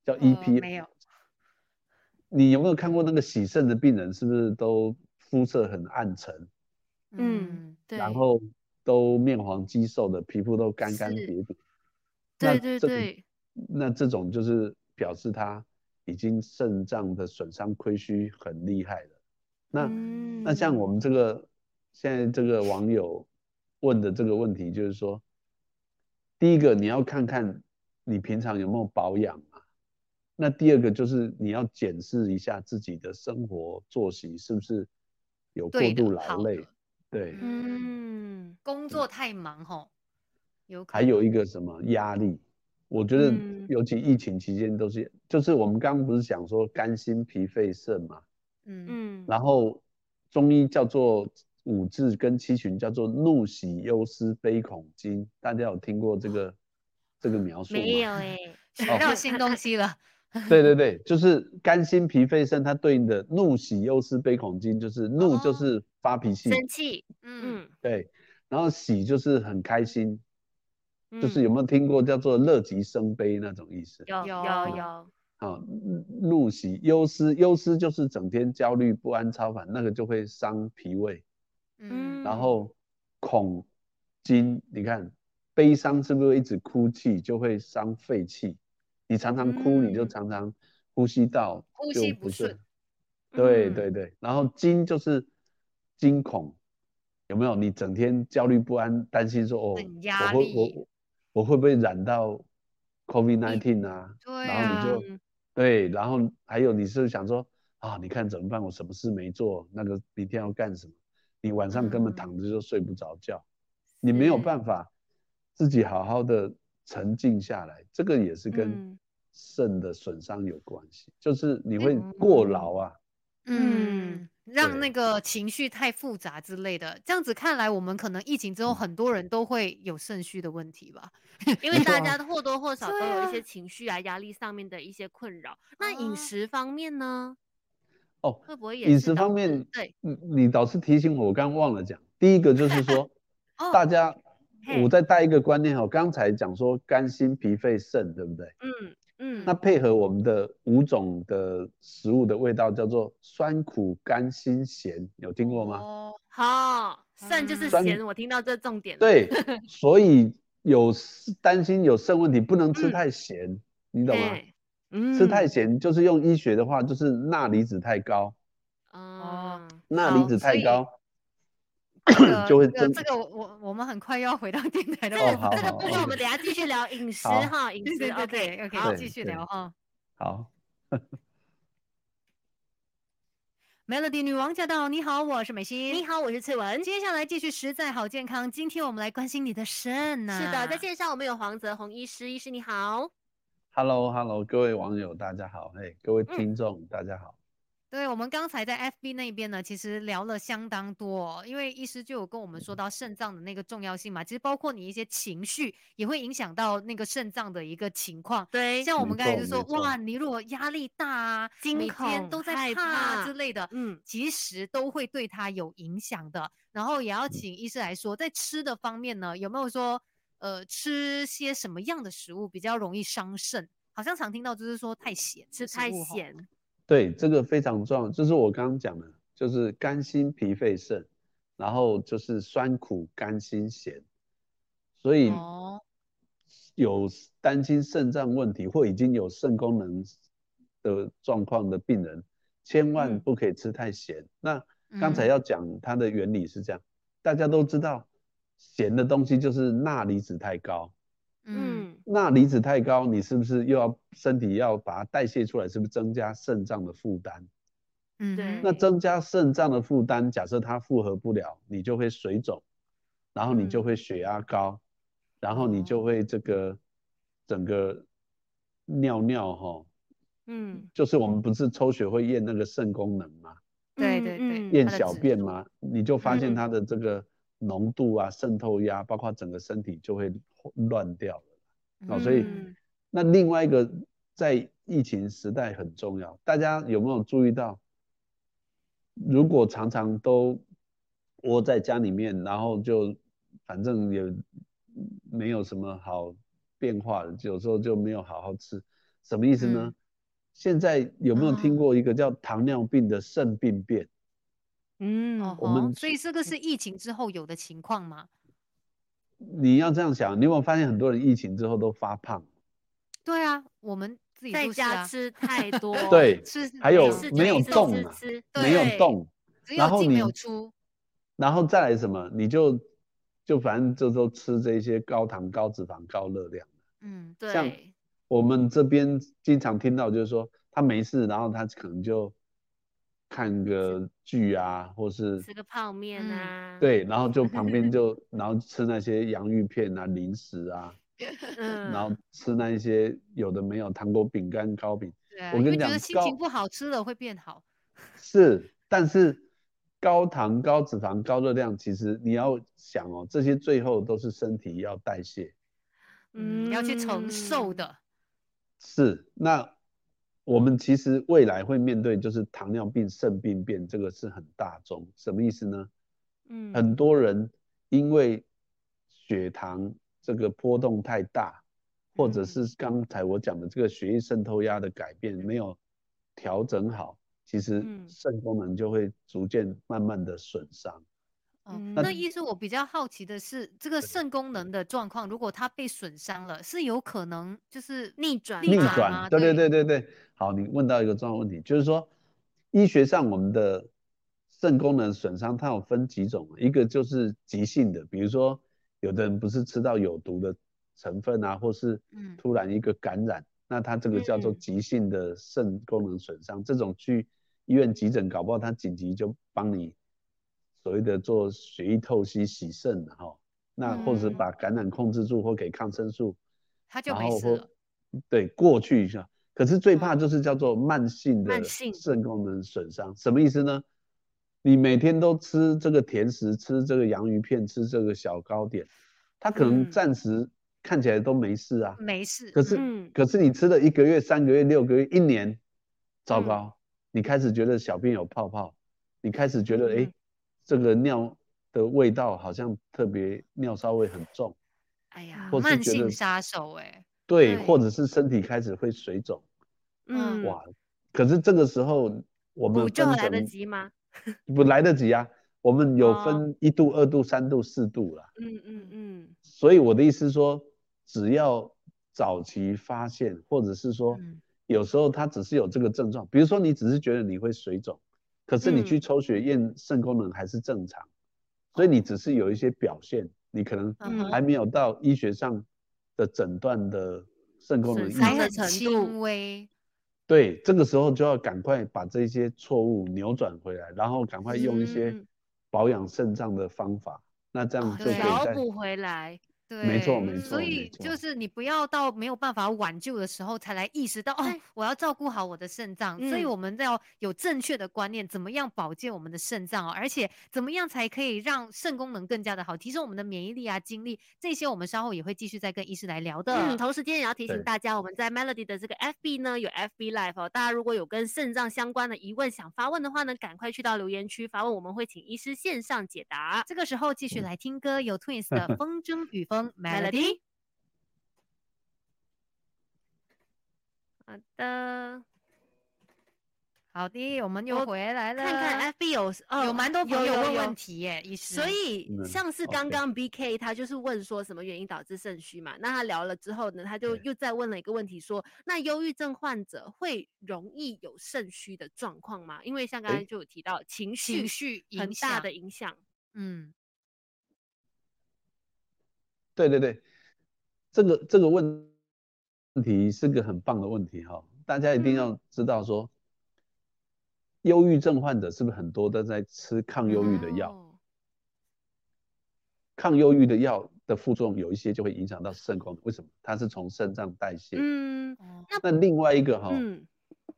[SPEAKER 3] 叫 E
[SPEAKER 1] 呃
[SPEAKER 3] EPA、
[SPEAKER 1] 没有。
[SPEAKER 3] 你有没有看过那个洗肾的病人，是不是都肤色很暗沉，
[SPEAKER 1] 嗯，
[SPEAKER 2] 对，
[SPEAKER 3] 然后都面黄肌瘦的，皮肤都干干
[SPEAKER 2] 是
[SPEAKER 3] 瘪瘪？那
[SPEAKER 2] 对对
[SPEAKER 3] 这
[SPEAKER 2] 对，
[SPEAKER 3] 那这种就是表示他已经肾脏的损伤亏虚很厉害了，那、那像我
[SPEAKER 1] 嗯
[SPEAKER 3] 们这个现在这个网友问的这个问题，就是说，第一个你要看看你平常有没有保养啊，那第二个就是你要检视一下自己的生活作息是不是有过
[SPEAKER 1] 对的
[SPEAKER 3] 度
[SPEAKER 1] 好
[SPEAKER 3] 劳
[SPEAKER 1] 的
[SPEAKER 3] 累，对，
[SPEAKER 2] 嗯，
[SPEAKER 1] 工作太忙吼，有可
[SPEAKER 3] 还有
[SPEAKER 1] 能
[SPEAKER 3] 一个什么压力，我觉得
[SPEAKER 2] 嗯
[SPEAKER 3] 尤其疫情期间都是，就是我们刚刚不是讲说肝心脾肺肾嘛，
[SPEAKER 1] 嗯
[SPEAKER 2] 嗯，
[SPEAKER 3] 然后中医叫做五志跟七情叫做怒喜忧思悲恐惊，大家有听过这个这个描述吗？
[SPEAKER 2] 哦没有哎，
[SPEAKER 3] 哦
[SPEAKER 1] 学到新东西了，
[SPEAKER 3] 对对对，就是肝心脾肺肾，它对应的怒喜忧思悲恐惊，就是怒
[SPEAKER 1] 哦
[SPEAKER 3] 就是发脾气，
[SPEAKER 2] 生气，
[SPEAKER 1] 嗯，
[SPEAKER 2] 嗯，
[SPEAKER 3] 对，然后喜就是很开心，就是
[SPEAKER 2] 嗯
[SPEAKER 3] 有没有听过叫做乐极生悲那种意思？
[SPEAKER 2] 有
[SPEAKER 1] 有
[SPEAKER 2] 有有，
[SPEAKER 3] 啊，怒喜忧思，忧思就是整天焦虑不安、超烦，那个就会伤脾胃。
[SPEAKER 1] 嗯
[SPEAKER 3] 然
[SPEAKER 2] 嗯
[SPEAKER 3] 后恐惊，你看悲伤是不是一直哭泣就会伤肺气？你常常哭，你就
[SPEAKER 2] 嗯
[SPEAKER 3] 常常呼吸道
[SPEAKER 1] 呼
[SPEAKER 3] 就
[SPEAKER 1] 吸不
[SPEAKER 3] 不是
[SPEAKER 1] 顺。
[SPEAKER 3] 对
[SPEAKER 2] 嗯
[SPEAKER 3] 对对，然后惊就是惊恐，有没有？你整天焦虑不安，担心说哦，
[SPEAKER 1] 很压
[SPEAKER 3] 我会我
[SPEAKER 1] 力
[SPEAKER 3] 我我会不会染到 COVID nineteen 啊？
[SPEAKER 1] 对
[SPEAKER 3] 然后
[SPEAKER 1] 啊
[SPEAKER 3] 你，
[SPEAKER 2] 嗯
[SPEAKER 3] 就对，然后还有你是想说啊，你看怎么办？我什么事没做，那个明天要干什么？你晚上根本
[SPEAKER 1] 嗯
[SPEAKER 3] 躺着就睡不着觉，你没有
[SPEAKER 2] 是
[SPEAKER 3] 办法自己好好的沉静下来，这个也是跟
[SPEAKER 2] 嗯
[SPEAKER 3] 肾的损伤有关系，就是你会过劳啊。
[SPEAKER 1] 嗯，让那
[SPEAKER 3] 对
[SPEAKER 1] 个情绪太复杂之类的，这样子看来，我们可能疫情之后
[SPEAKER 3] 嗯
[SPEAKER 1] 很多人都会有肾虚的问题吧？
[SPEAKER 2] 因为
[SPEAKER 3] 没错
[SPEAKER 2] 大
[SPEAKER 3] 啊
[SPEAKER 2] 家都或多或少都
[SPEAKER 1] 对
[SPEAKER 2] 有一
[SPEAKER 1] 啊
[SPEAKER 2] 些情绪啊、压力上面的一些困扰。那
[SPEAKER 1] 啊
[SPEAKER 2] 饮食方面呢？
[SPEAKER 3] 哦，
[SPEAKER 2] 会不会也
[SPEAKER 3] 饮
[SPEAKER 2] 是
[SPEAKER 3] 食
[SPEAKER 2] 导
[SPEAKER 3] 方
[SPEAKER 2] 致
[SPEAKER 3] 面
[SPEAKER 2] 对，
[SPEAKER 3] 你你导师提醒我，我刚忘了讲。第一个就是说，
[SPEAKER 1] 哦
[SPEAKER 3] 大家
[SPEAKER 2] 嘿
[SPEAKER 3] 我再带一个观念哦，刚才讲说肝、心、脾、肺、肾，对不对？
[SPEAKER 2] 嗯嗯，
[SPEAKER 3] 那配合我们的五种的食物的味道，叫做酸、苦、甘、辛、咸，有听过吗？
[SPEAKER 1] 哦，
[SPEAKER 2] 好，肾就是
[SPEAKER 1] 嗯
[SPEAKER 2] 咸，我听到这重点了。
[SPEAKER 3] 对， 所以有担心有肾问题，不能吃
[SPEAKER 2] 嗯
[SPEAKER 3] 太咸，你懂吗？
[SPEAKER 2] 嘿，嗯
[SPEAKER 3] 吃太咸就是用医学的话，就是钠离子太高，
[SPEAKER 2] 哦，
[SPEAKER 3] 钠离
[SPEAKER 1] 好
[SPEAKER 3] 子
[SPEAKER 1] 所
[SPEAKER 3] 太
[SPEAKER 1] 以
[SPEAKER 3] 高，
[SPEAKER 1] 这个
[SPEAKER 3] 就会
[SPEAKER 1] 这
[SPEAKER 3] 增
[SPEAKER 1] 个这个我我我们很快又要回到 电台的部
[SPEAKER 2] 这个
[SPEAKER 1] 分，
[SPEAKER 3] 哦好
[SPEAKER 2] 这个
[SPEAKER 3] 好
[SPEAKER 2] 部分我们等一下继续聊饮食
[SPEAKER 3] 好
[SPEAKER 2] 哈，饮
[SPEAKER 1] 对对
[SPEAKER 2] 食
[SPEAKER 1] 对
[SPEAKER 2] OK
[SPEAKER 1] 对
[SPEAKER 2] 好
[SPEAKER 1] ，OK，继续
[SPEAKER 3] 对
[SPEAKER 1] 聊哈。
[SPEAKER 3] 好。
[SPEAKER 1] Melody 女王驾到！你好，我是美心。
[SPEAKER 2] 你好，我是翠文。
[SPEAKER 1] 接下来继续实在好健康，今天我们来关心你的肾呐、
[SPEAKER 2] 是的，在线上我们有黄泽宏医师，医师你好。
[SPEAKER 3] h e l l o h e l l o 各位网友大家好，嘿，各位
[SPEAKER 2] 嗯
[SPEAKER 3] 听众、大家好。
[SPEAKER 1] 对，我们刚才在 FB 那边呢，其实聊了相当多、哦，因为医师就有跟我
[SPEAKER 2] 嗯
[SPEAKER 1] 们说到肾脏的那个重要性嘛，其实包括你一些情绪也会影响到那个肾脏的一个情况。
[SPEAKER 2] 对，
[SPEAKER 1] 像我们
[SPEAKER 3] 没
[SPEAKER 1] 刚才就
[SPEAKER 3] 错
[SPEAKER 1] 说，
[SPEAKER 3] 没错
[SPEAKER 1] 哇，你如果压力大啊，
[SPEAKER 2] 惊
[SPEAKER 1] 每天
[SPEAKER 2] 恐
[SPEAKER 1] 都在
[SPEAKER 2] 害
[SPEAKER 1] 怕啊
[SPEAKER 2] 怕
[SPEAKER 1] 之类的，
[SPEAKER 2] 嗯
[SPEAKER 1] 其实都会对他有影响的。然后也要
[SPEAKER 2] 嗯
[SPEAKER 1] 请医师来说，在吃的方面呢，有没有说，呃，吃些什么样的食物比较容易伤肾？好像常听到就是说太咸的食
[SPEAKER 2] 吃
[SPEAKER 1] 物吼，
[SPEAKER 2] 太咸，
[SPEAKER 3] 对，这个非常重要，就是我刚刚讲的，就是肝、心、脾、肺、肾，然后就是酸、苦、甘、辛、咸。所以
[SPEAKER 1] 哦，
[SPEAKER 3] 有担心肾脏问题或已经有肾功能的状况的病人，千万
[SPEAKER 2] 嗯
[SPEAKER 3] 不可以吃太咸。那刚
[SPEAKER 1] 嗯
[SPEAKER 3] 才要讲它的原理是这样，大家都知道，咸的东西就是钠离子太高。
[SPEAKER 1] 嗯
[SPEAKER 2] 嗯
[SPEAKER 3] 钠离子太高，你是不是又要身体要把它代谢出来？是不是增加肾脏的负担？
[SPEAKER 1] 嗯
[SPEAKER 2] 对
[SPEAKER 1] 哼
[SPEAKER 3] 那
[SPEAKER 2] 对
[SPEAKER 3] 增加肾脏的负担，假设它负荷不了，你就会水肿，然后你就
[SPEAKER 2] 嗯
[SPEAKER 3] 会血压高，然后你就
[SPEAKER 1] 哦
[SPEAKER 3] 会这个整个尿尿哈，
[SPEAKER 2] 嗯，
[SPEAKER 3] 就是我们不是抽血会验那个肾功能吗？
[SPEAKER 1] 对
[SPEAKER 2] 嗯
[SPEAKER 1] 对对
[SPEAKER 2] 嗯
[SPEAKER 3] 验
[SPEAKER 1] 它的
[SPEAKER 3] 小
[SPEAKER 1] 指
[SPEAKER 3] 便
[SPEAKER 1] 数
[SPEAKER 3] 嘛，你就发现
[SPEAKER 2] 嗯
[SPEAKER 3] 它的这个浓度啊、渗透压，包括整个身体就会乱掉了。哦所以
[SPEAKER 1] 嗯
[SPEAKER 3] 那另外一个在疫情时代很重要，大家有没有注意到？如果常常都窝在家里面，然后就反正也没有什么好变化的，有时候就没有好好吃，什么意思呢？
[SPEAKER 1] 嗯
[SPEAKER 3] 现在有没有
[SPEAKER 1] 啊
[SPEAKER 3] 听过一个叫糖尿病的肾病变？
[SPEAKER 2] 嗯
[SPEAKER 1] 哦
[SPEAKER 2] 哦
[SPEAKER 3] 我
[SPEAKER 1] 吼
[SPEAKER 3] 们嗯
[SPEAKER 1] 所以这个是疫情之后有的情况吗？
[SPEAKER 3] 你要这样想，你有没有发现很多人疫情之后都发胖？
[SPEAKER 1] 对啊，我们自己
[SPEAKER 2] 在
[SPEAKER 1] 就是
[SPEAKER 2] 家
[SPEAKER 1] 啊
[SPEAKER 2] 吃太多，
[SPEAKER 3] 对
[SPEAKER 1] 吃是
[SPEAKER 3] 还有
[SPEAKER 1] 没
[SPEAKER 2] 是
[SPEAKER 1] 有
[SPEAKER 3] 没有
[SPEAKER 2] 一直
[SPEAKER 3] 动
[SPEAKER 2] 吃
[SPEAKER 3] 啊
[SPEAKER 2] 吃
[SPEAKER 1] 对
[SPEAKER 3] 没有动，
[SPEAKER 1] 只
[SPEAKER 3] 然
[SPEAKER 1] 有
[SPEAKER 3] 后
[SPEAKER 1] 进
[SPEAKER 3] 你
[SPEAKER 1] 没有出，
[SPEAKER 3] 然后再来什么，你就就反正就都吃这些高糖、高脂肪、高热量。
[SPEAKER 1] 嗯，
[SPEAKER 3] 像
[SPEAKER 2] 对，
[SPEAKER 3] 我们这边经常听到就是说他没事，然后他可能就看个剧啊，或是
[SPEAKER 2] 吃个泡面
[SPEAKER 1] 嗯
[SPEAKER 2] 啊，，
[SPEAKER 3] 对，然后就旁边就然后吃那些洋芋片啊、零食啊，
[SPEAKER 2] 嗯，
[SPEAKER 3] 然后吃那一些有的没有糖果、饼干、糕饼
[SPEAKER 1] 对啊，
[SPEAKER 3] 我
[SPEAKER 1] 因为
[SPEAKER 3] 跟你
[SPEAKER 1] 觉
[SPEAKER 3] 讲
[SPEAKER 1] 得心情
[SPEAKER 3] 高
[SPEAKER 1] 不好吃了会变好，
[SPEAKER 3] 是，但是。高糖、高脂肪、高热量，其实你要想哦，这些最后都是身体要代谢。
[SPEAKER 1] 嗯，要去承受
[SPEAKER 2] 嗯
[SPEAKER 1] 的，
[SPEAKER 3] 是，那我们其实未来会面对就是糖尿病、肾病变，这个是很大众。什么意思呢？
[SPEAKER 2] 嗯，
[SPEAKER 3] 很多人因为血糖这个波动太大，或者
[SPEAKER 2] 嗯
[SPEAKER 3] 是刚才我讲的这个血液渗透压的改变没有调整好，其实
[SPEAKER 2] 嗯
[SPEAKER 3] 肾功能就会逐渐慢慢的损伤。
[SPEAKER 1] 嗯，
[SPEAKER 2] 那
[SPEAKER 1] 那医生，我比较好奇的是，这个
[SPEAKER 3] 对
[SPEAKER 1] 肾功能的状况，如果它被损伤了，是有可能就是
[SPEAKER 2] 逆转
[SPEAKER 1] 逆
[SPEAKER 3] 逆
[SPEAKER 1] 转
[SPEAKER 3] 转，
[SPEAKER 1] 吗
[SPEAKER 3] 对对
[SPEAKER 1] 对
[SPEAKER 3] 对对对。好，你问到一个重要问题，就是说医学上我们的肾功能损伤，它有分几种，一个就是急性的，比如说有的人不是吃到有毒的成分啊，或是
[SPEAKER 1] 嗯
[SPEAKER 3] 突然一个感染，那他这个叫做
[SPEAKER 2] 嗯
[SPEAKER 3] 急性的肾功能损伤，这种去医院急诊，搞不好他紧急就帮你所谓的做血液透析洗肾了哈，那或者是
[SPEAKER 1] 嗯
[SPEAKER 3] 把感染控制住，或给抗生素。
[SPEAKER 1] 它就
[SPEAKER 3] 然
[SPEAKER 1] 没
[SPEAKER 3] 后
[SPEAKER 1] 事
[SPEAKER 3] 或
[SPEAKER 1] 了。
[SPEAKER 3] 对，过去一下。可是最怕就是叫做慢性
[SPEAKER 2] 嗯慢
[SPEAKER 3] 的
[SPEAKER 2] 性
[SPEAKER 3] 肾功能损伤，什么意思呢？你每天都吃这个甜食，吃这个洋芋片，吃这个小糕点，它可能
[SPEAKER 2] 嗯
[SPEAKER 3] 暂时看起来都没事啊，
[SPEAKER 1] 没事，
[SPEAKER 3] 可是
[SPEAKER 1] 嗯
[SPEAKER 2] 嗯
[SPEAKER 3] 可是你吃了一个月、三个月、六个月、一年，糟
[SPEAKER 2] 嗯
[SPEAKER 3] 糕，你开始觉得小便有泡泡，你开始觉得哎、诶
[SPEAKER 2] 嗯
[SPEAKER 3] 这个尿的味道好像特别尿骚味很重，
[SPEAKER 2] 哎呀
[SPEAKER 3] 或，是
[SPEAKER 1] 慢
[SPEAKER 3] 觉
[SPEAKER 1] 性
[SPEAKER 3] 得
[SPEAKER 1] 杀手哎、
[SPEAKER 3] 对，
[SPEAKER 2] 对
[SPEAKER 3] 或者是身体开始会水肿。
[SPEAKER 2] 嗯，
[SPEAKER 3] 哇，可是这个时候我们
[SPEAKER 2] 补救
[SPEAKER 3] 分
[SPEAKER 2] 哦来得
[SPEAKER 3] 成
[SPEAKER 2] 及吗？
[SPEAKER 3] 不来得及啊，我们有
[SPEAKER 2] 哦
[SPEAKER 3] 分一度、二度、三度、四度啦。
[SPEAKER 2] 嗯嗯嗯，
[SPEAKER 3] 所以我的意思是说，只要早期发现，或者是说
[SPEAKER 1] 嗯
[SPEAKER 3] 有时候他只是有这个症状，比如说你只是觉得你会水肿，可是你去
[SPEAKER 2] 嗯哦
[SPEAKER 3] 抽血验肾功能还是正常，所以你只是有一些表现，你可能
[SPEAKER 1] 嗯哼
[SPEAKER 3] 还没有到医学上的诊断的肾功能
[SPEAKER 2] 损
[SPEAKER 3] 异
[SPEAKER 2] 伤
[SPEAKER 1] 还
[SPEAKER 2] 的
[SPEAKER 3] 常
[SPEAKER 1] 很
[SPEAKER 2] 程
[SPEAKER 1] 轻
[SPEAKER 2] 度
[SPEAKER 1] 微，
[SPEAKER 3] 对，这个时候就要赶快把这些错误扭转回来，然后赶快用一些
[SPEAKER 2] 嗯
[SPEAKER 3] 保养肾脏的方法，那这样
[SPEAKER 1] 哦
[SPEAKER 3] 就可以
[SPEAKER 1] 对
[SPEAKER 2] 调
[SPEAKER 3] 在
[SPEAKER 2] 补回来，
[SPEAKER 1] 对，
[SPEAKER 3] 没错
[SPEAKER 2] 没错
[SPEAKER 1] 所
[SPEAKER 2] 没
[SPEAKER 1] 以
[SPEAKER 3] 错
[SPEAKER 1] 就是你不要到没有办法挽救的时候才来意识到哦
[SPEAKER 2] 哎，
[SPEAKER 1] 我要照顾好我的肾脏，所以
[SPEAKER 2] 嗯
[SPEAKER 1] 我们要有正确的观念，怎么样保健我们的肾脏哦，而且怎么样才可以让肾功能更加的好，提升我们的免疫力啊、精力这些，我们稍后也会继续再跟医师来聊的。
[SPEAKER 2] 嗯，同时今天也要提醒
[SPEAKER 3] 对
[SPEAKER 2] 大家，我们在 Melody 的这个 FB 呢有 FB Live 哦，大家如果有跟肾脏相关的疑问想发问的话呢，赶快去到留言区发问，我们会请医师线上解答。
[SPEAKER 1] 这个时候继续来听歌，有 Twins 的《风筝与 风》Melody。
[SPEAKER 2] Melody。好的，
[SPEAKER 1] 好的，我们又
[SPEAKER 2] 我
[SPEAKER 1] 回来了。
[SPEAKER 2] 看看 FB 有哦，
[SPEAKER 1] 有蛮多朋友
[SPEAKER 2] 有
[SPEAKER 1] 问
[SPEAKER 2] 有
[SPEAKER 1] 问题耶，医师。
[SPEAKER 2] 所以
[SPEAKER 3] 嗯
[SPEAKER 2] 像是
[SPEAKER 3] ，OK
[SPEAKER 2] 刚刚 B K 他就是问说什么原因导致肾虚嘛？那他聊了之后呢，他就
[SPEAKER 3] 对
[SPEAKER 2] 又再问了一个问题说，那忧郁症患者会容易有肾虚的状况吗？因为像刚
[SPEAKER 3] 诶
[SPEAKER 2] 才就有提到情绪
[SPEAKER 1] 情绪
[SPEAKER 2] 很
[SPEAKER 1] 影响
[SPEAKER 2] 大的，影响，
[SPEAKER 1] 嗯，
[SPEAKER 3] 对对对，这个这个问问题是个很棒的问题哈、大家一定
[SPEAKER 2] 嗯
[SPEAKER 3] 要知道说，忧郁症患者是不是很多都在吃抗忧郁的药？
[SPEAKER 2] 哦
[SPEAKER 3] 抗忧郁的药的副作用有一些就会影响到肾功能，为什么？它是从肾脏代谢。
[SPEAKER 2] 嗯
[SPEAKER 1] 哦
[SPEAKER 3] 那另外一个哈、
[SPEAKER 2] 嗯，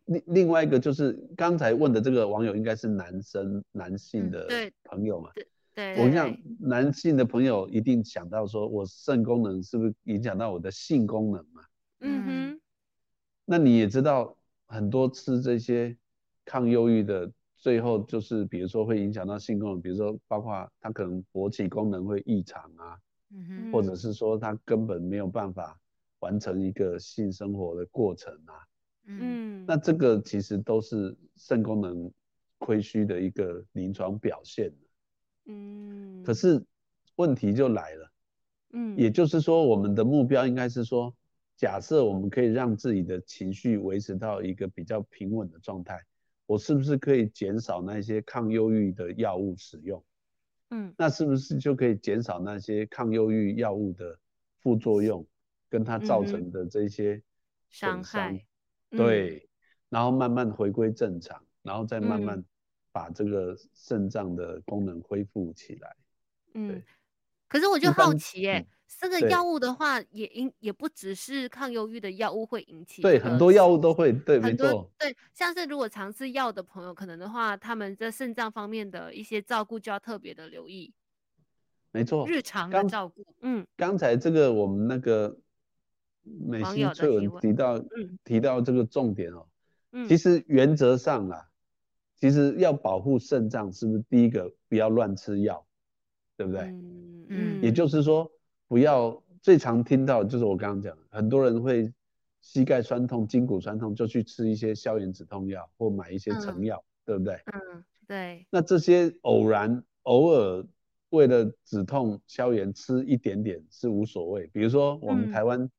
[SPEAKER 3] 另另外一个就是刚才问的这个网友应该是男生男性
[SPEAKER 1] 嗯
[SPEAKER 3] 的
[SPEAKER 2] 对
[SPEAKER 3] 朋友嘛？
[SPEAKER 2] 对，
[SPEAKER 3] 我跟你讲
[SPEAKER 2] 对，
[SPEAKER 3] 男性的朋友一定想到说，我肾功能是不是影响到我的性功能嘛？
[SPEAKER 2] 嗯
[SPEAKER 3] 那你也知道，很多吃这些抗忧郁的，最后就是比如说会影响到性功能，比如说包括他可能勃起功能会异常啊，
[SPEAKER 1] 嗯
[SPEAKER 2] 哼，
[SPEAKER 1] 哼，
[SPEAKER 3] 或者
[SPEAKER 2] 嗯
[SPEAKER 3] 是说他根本没有办法完成一个性生活的过程啊。
[SPEAKER 1] 嗯
[SPEAKER 2] 嗯，
[SPEAKER 3] 那这个其实都是肾功能亏虚的一个临床表现。
[SPEAKER 2] 嗯，
[SPEAKER 3] 可是问题就来了，
[SPEAKER 2] 嗯
[SPEAKER 3] 也就是说，我们的目标应该是说，假设我们可以让自己的情绪维持到一个比较平稳的状态，我是不是可以减少那些抗忧郁的药物使用？
[SPEAKER 1] 嗯
[SPEAKER 3] 那是不是就可以减少那些抗忧郁药物的副作用，跟它造
[SPEAKER 2] 嗯
[SPEAKER 3] 成的这些
[SPEAKER 2] 伤
[SPEAKER 3] 损伤
[SPEAKER 2] 害？嗯
[SPEAKER 3] 对，然后慢慢回归正常，然后再慢
[SPEAKER 2] 嗯
[SPEAKER 3] 慢把这个肾脏的功能恢复起来。
[SPEAKER 2] 嗯
[SPEAKER 3] 对，
[SPEAKER 2] 可是我就
[SPEAKER 3] 一
[SPEAKER 2] 好
[SPEAKER 3] 般
[SPEAKER 2] 奇耶、
[SPEAKER 3] 嗯
[SPEAKER 2] 这个
[SPEAKER 3] 对
[SPEAKER 2] 药物的话，也应也不只是抗忧郁的药物会引起
[SPEAKER 3] 对，
[SPEAKER 2] 这
[SPEAKER 3] 很
[SPEAKER 2] 个
[SPEAKER 3] 多药
[SPEAKER 2] 肾
[SPEAKER 3] 物都会，对，没
[SPEAKER 2] 很多
[SPEAKER 3] 错，
[SPEAKER 2] 对，像是如果常吃药的朋友，可能的话，他们在肾脏方面的一些照顾就要特别的留意。
[SPEAKER 3] 没
[SPEAKER 1] 嗯
[SPEAKER 3] 错。
[SPEAKER 1] 日常的
[SPEAKER 3] 刚
[SPEAKER 1] 照顾，
[SPEAKER 2] 嗯
[SPEAKER 3] 刚才这个我们那个美
[SPEAKER 2] 网
[SPEAKER 3] 西
[SPEAKER 2] 友的
[SPEAKER 3] 翠
[SPEAKER 2] 提
[SPEAKER 3] 文
[SPEAKER 2] 问
[SPEAKER 3] 提到
[SPEAKER 2] 嗯
[SPEAKER 3] 提到这个重点哦，
[SPEAKER 2] 嗯，
[SPEAKER 3] 其实原则上啦，其实要保护肾脏，是不是第一个不要乱吃药，对不对？
[SPEAKER 2] 嗯
[SPEAKER 1] 嗯
[SPEAKER 2] 嗯，
[SPEAKER 3] 也就是说，不要最常听到就是我刚刚讲的，很多人会膝盖酸痛、筋骨酸痛，就去吃一些消炎止痛药或买一些成药，对不对？
[SPEAKER 2] 嗯对，
[SPEAKER 3] 那这些偶然、偶尔为了止痛消炎吃一点点是无所谓。比如说我
[SPEAKER 2] 嗯
[SPEAKER 3] 们台湾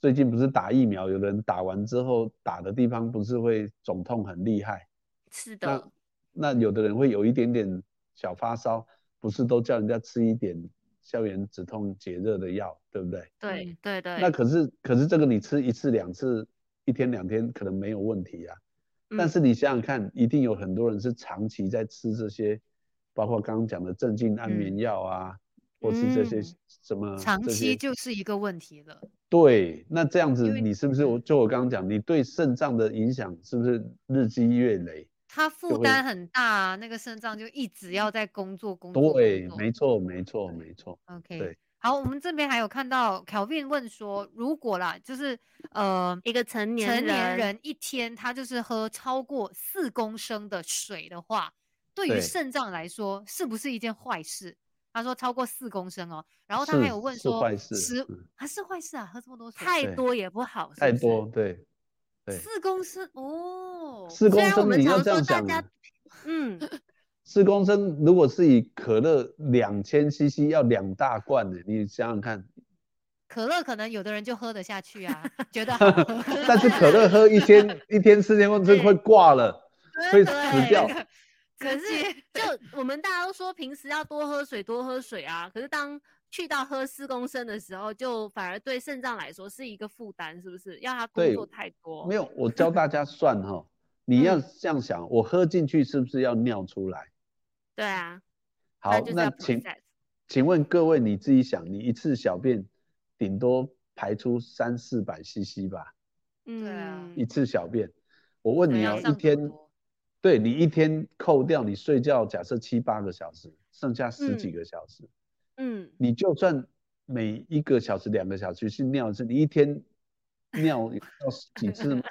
[SPEAKER 3] 最近不是打疫苗，有的人打完之后打的地方不是会肿痛很厉害，
[SPEAKER 2] 是
[SPEAKER 3] 那
[SPEAKER 2] 的，
[SPEAKER 3] 那有的人会有一点点小发烧，不是都叫人家吃一点消炎止痛解热的药，对不对？
[SPEAKER 2] 对对对。
[SPEAKER 3] 嗯那可是可是这个你吃一次两次，一天两天可能没有问题啊。但
[SPEAKER 2] 嗯
[SPEAKER 3] 是你想想看，一定有很多人是长期在吃这些，包括刚刚讲的镇静安眠药啊，或是这些
[SPEAKER 2] 嗯
[SPEAKER 3] 什么
[SPEAKER 1] 嗯长
[SPEAKER 3] 呃这
[SPEAKER 1] 期
[SPEAKER 3] 些
[SPEAKER 1] 就是一个问题了。
[SPEAKER 3] 对，那这样子
[SPEAKER 1] 因为嗯
[SPEAKER 3] 你是不是我就我刚刚讲，你对肾脏的影响是不是日积月累？
[SPEAKER 1] 它负
[SPEAKER 3] 会
[SPEAKER 1] 担很大、啊，那个肾脏就一直要在工作工作。工
[SPEAKER 3] 对，
[SPEAKER 1] 作
[SPEAKER 3] 没错，没错，没错。
[SPEAKER 1] OK，
[SPEAKER 3] 对
[SPEAKER 1] 好，我们这边还有看到 Kelvin 问说，如果啦，就是呃，
[SPEAKER 2] 一个成年
[SPEAKER 1] 成年
[SPEAKER 2] 人
[SPEAKER 1] 人一天他就是喝超过四公升的水的话，对于
[SPEAKER 3] 对
[SPEAKER 1] 肾脏来说是不是一件坏事？他说超过四公升哦，然后他还
[SPEAKER 3] 是
[SPEAKER 1] 有问
[SPEAKER 3] 是
[SPEAKER 1] 说
[SPEAKER 3] 坏事
[SPEAKER 1] 食
[SPEAKER 3] 嗯
[SPEAKER 1] 啊是坏事啊，喝这么多水
[SPEAKER 2] 太
[SPEAKER 3] 对
[SPEAKER 2] 多也不好，是
[SPEAKER 3] 太
[SPEAKER 2] 不是
[SPEAKER 3] 多，对，对
[SPEAKER 1] 四公升哦，
[SPEAKER 2] 虽
[SPEAKER 3] 四公
[SPEAKER 2] 然我
[SPEAKER 3] 升
[SPEAKER 2] 们
[SPEAKER 3] 你要
[SPEAKER 2] 常
[SPEAKER 3] 这
[SPEAKER 2] 说
[SPEAKER 3] 样
[SPEAKER 2] 大
[SPEAKER 3] 想
[SPEAKER 2] 家
[SPEAKER 3] 啊，
[SPEAKER 2] 嗯，
[SPEAKER 3] 四公升如果是以可乐两千 CC 要两大罐的，你想 想看，，
[SPEAKER 1] 可乐可能有的人就喝得下去啊，觉得好喝
[SPEAKER 3] 但是可乐喝一天一天四千公升
[SPEAKER 2] 对
[SPEAKER 3] 会 挂了，会死
[SPEAKER 2] 对
[SPEAKER 3] 掉。
[SPEAKER 2] 可
[SPEAKER 1] 直
[SPEAKER 2] 是
[SPEAKER 1] 接
[SPEAKER 2] 就我们大家都说平时要多喝水，多喝水啊。可是当去到喝四公升的时候，就反而对肾脏来说是一个负担，是不是？要他工
[SPEAKER 3] 对
[SPEAKER 2] 作太多，
[SPEAKER 3] 没有，我教大家算哈、 你要
[SPEAKER 2] 嗯
[SPEAKER 3] 这样想，我喝进去是不是要尿出来？
[SPEAKER 2] 对啊，那
[SPEAKER 3] 好
[SPEAKER 2] 就，是
[SPEAKER 3] 那
[SPEAKER 2] 要
[SPEAKER 3] 请
[SPEAKER 2] process
[SPEAKER 3] 请问各位你自己想，你一次小便顶多排出三四百 CC 吧？
[SPEAKER 1] 啊
[SPEAKER 2] 嗯，
[SPEAKER 3] 一次小便。我问
[SPEAKER 1] 对
[SPEAKER 3] 你
[SPEAKER 1] 要
[SPEAKER 2] 啊
[SPEAKER 3] 哦，
[SPEAKER 1] 上多
[SPEAKER 3] 一天
[SPEAKER 1] 多，
[SPEAKER 3] 对你一天扣掉你睡觉，假设七八个小时，剩下十几
[SPEAKER 2] 嗯
[SPEAKER 3] 个小时，
[SPEAKER 2] 嗯，
[SPEAKER 3] 你就算每一个小时、两个小时去尿一次，你一天尿要十几次吗，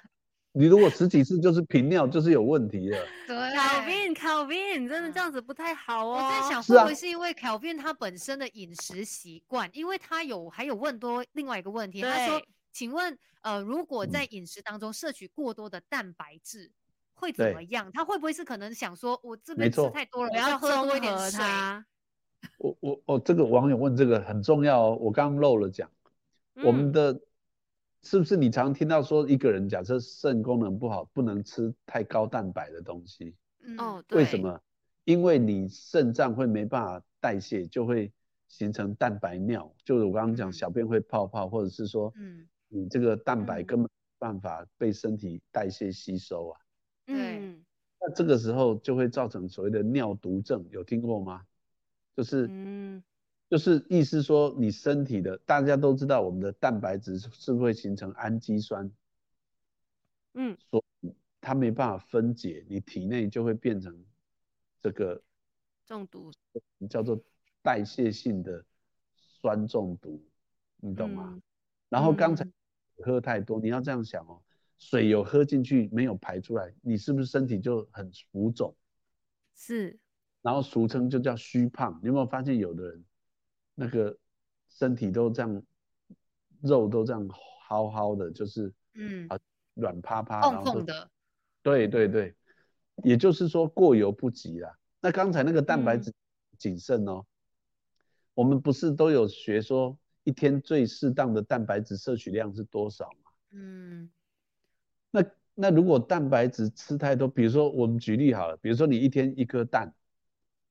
[SPEAKER 3] 你如果十几次就是频尿，就是有问题了。
[SPEAKER 1] 对，
[SPEAKER 2] 考 n 考 n 真的
[SPEAKER 1] 嗯
[SPEAKER 2] 这样子不太好
[SPEAKER 1] 我
[SPEAKER 2] 哦。
[SPEAKER 1] 在想，
[SPEAKER 3] 是
[SPEAKER 1] 会
[SPEAKER 3] 啊
[SPEAKER 1] 不会是因为 Kelvin 他本身的饮食习惯？因为他有还有问多另外一个问题，他说
[SPEAKER 2] 对：“
[SPEAKER 1] 请问，呃，如果
[SPEAKER 3] 嗯
[SPEAKER 1] 在饮食当中摄取过多的蛋白质会怎么
[SPEAKER 3] 对
[SPEAKER 1] 样？他会不会是可能想说，我这
[SPEAKER 3] 没
[SPEAKER 1] 边吃
[SPEAKER 3] 错
[SPEAKER 1] 太多了，
[SPEAKER 2] 我
[SPEAKER 1] 我要喝
[SPEAKER 2] 综
[SPEAKER 1] 多一点
[SPEAKER 2] 合
[SPEAKER 1] 水？
[SPEAKER 2] 它，
[SPEAKER 3] 我我我这个网友问这个很重要哦，我刚刚漏了讲，我们
[SPEAKER 2] 嗯
[SPEAKER 3] 的是不是你常听到说一个人假设肾功能不好，不能吃太高蛋白的东西？
[SPEAKER 1] 嗯，
[SPEAKER 2] 哦，对，
[SPEAKER 3] 为什？么？因为你肾脏会没办法代谢，就会形成蛋白尿，就是我刚刚
[SPEAKER 1] 嗯
[SPEAKER 3] 讲小便会泡泡，或者是说，
[SPEAKER 1] 嗯，
[SPEAKER 3] 你这个蛋白
[SPEAKER 1] 嗯
[SPEAKER 3] 根本没办法被身体代谢吸收啊。
[SPEAKER 1] 对
[SPEAKER 2] 嗯
[SPEAKER 3] 那这个时候就会造成所谓的尿毒症，有听过吗？就是
[SPEAKER 2] 嗯，
[SPEAKER 3] 就是意思说，你身体的大家都知道，我们的蛋白质是是会形成氨基酸，
[SPEAKER 2] 嗯，
[SPEAKER 3] 所以它没办法分解，你体内就会变成这个
[SPEAKER 2] 中毒，
[SPEAKER 3] 叫做代谢性的酸中毒，你懂吗？
[SPEAKER 2] 嗯
[SPEAKER 3] 然后刚才
[SPEAKER 2] 嗯
[SPEAKER 3] 喝太多，你要这样想哦，水有喝进去没有排出来，你是不是身体就很浮肿？
[SPEAKER 2] 是，
[SPEAKER 3] 然后俗称就叫虚胖。你有没有发现有的人那个身体都这样，肉都这样凹凹的，就是
[SPEAKER 1] 嗯
[SPEAKER 3] 啊软趴趴，然
[SPEAKER 1] 碰
[SPEAKER 3] 后
[SPEAKER 1] 碰
[SPEAKER 3] 都
[SPEAKER 1] 的，
[SPEAKER 3] 对对对，也就是说过犹不及啦。那刚才那个蛋白
[SPEAKER 2] 嗯
[SPEAKER 3] 质谨慎哦，我们不是都有学说一天最适当的蛋白质摄取量是多少吗？
[SPEAKER 1] 嗯，
[SPEAKER 3] 那那如果蛋白质吃太多，比如说我们举例好了，比如说你一天一颗蛋，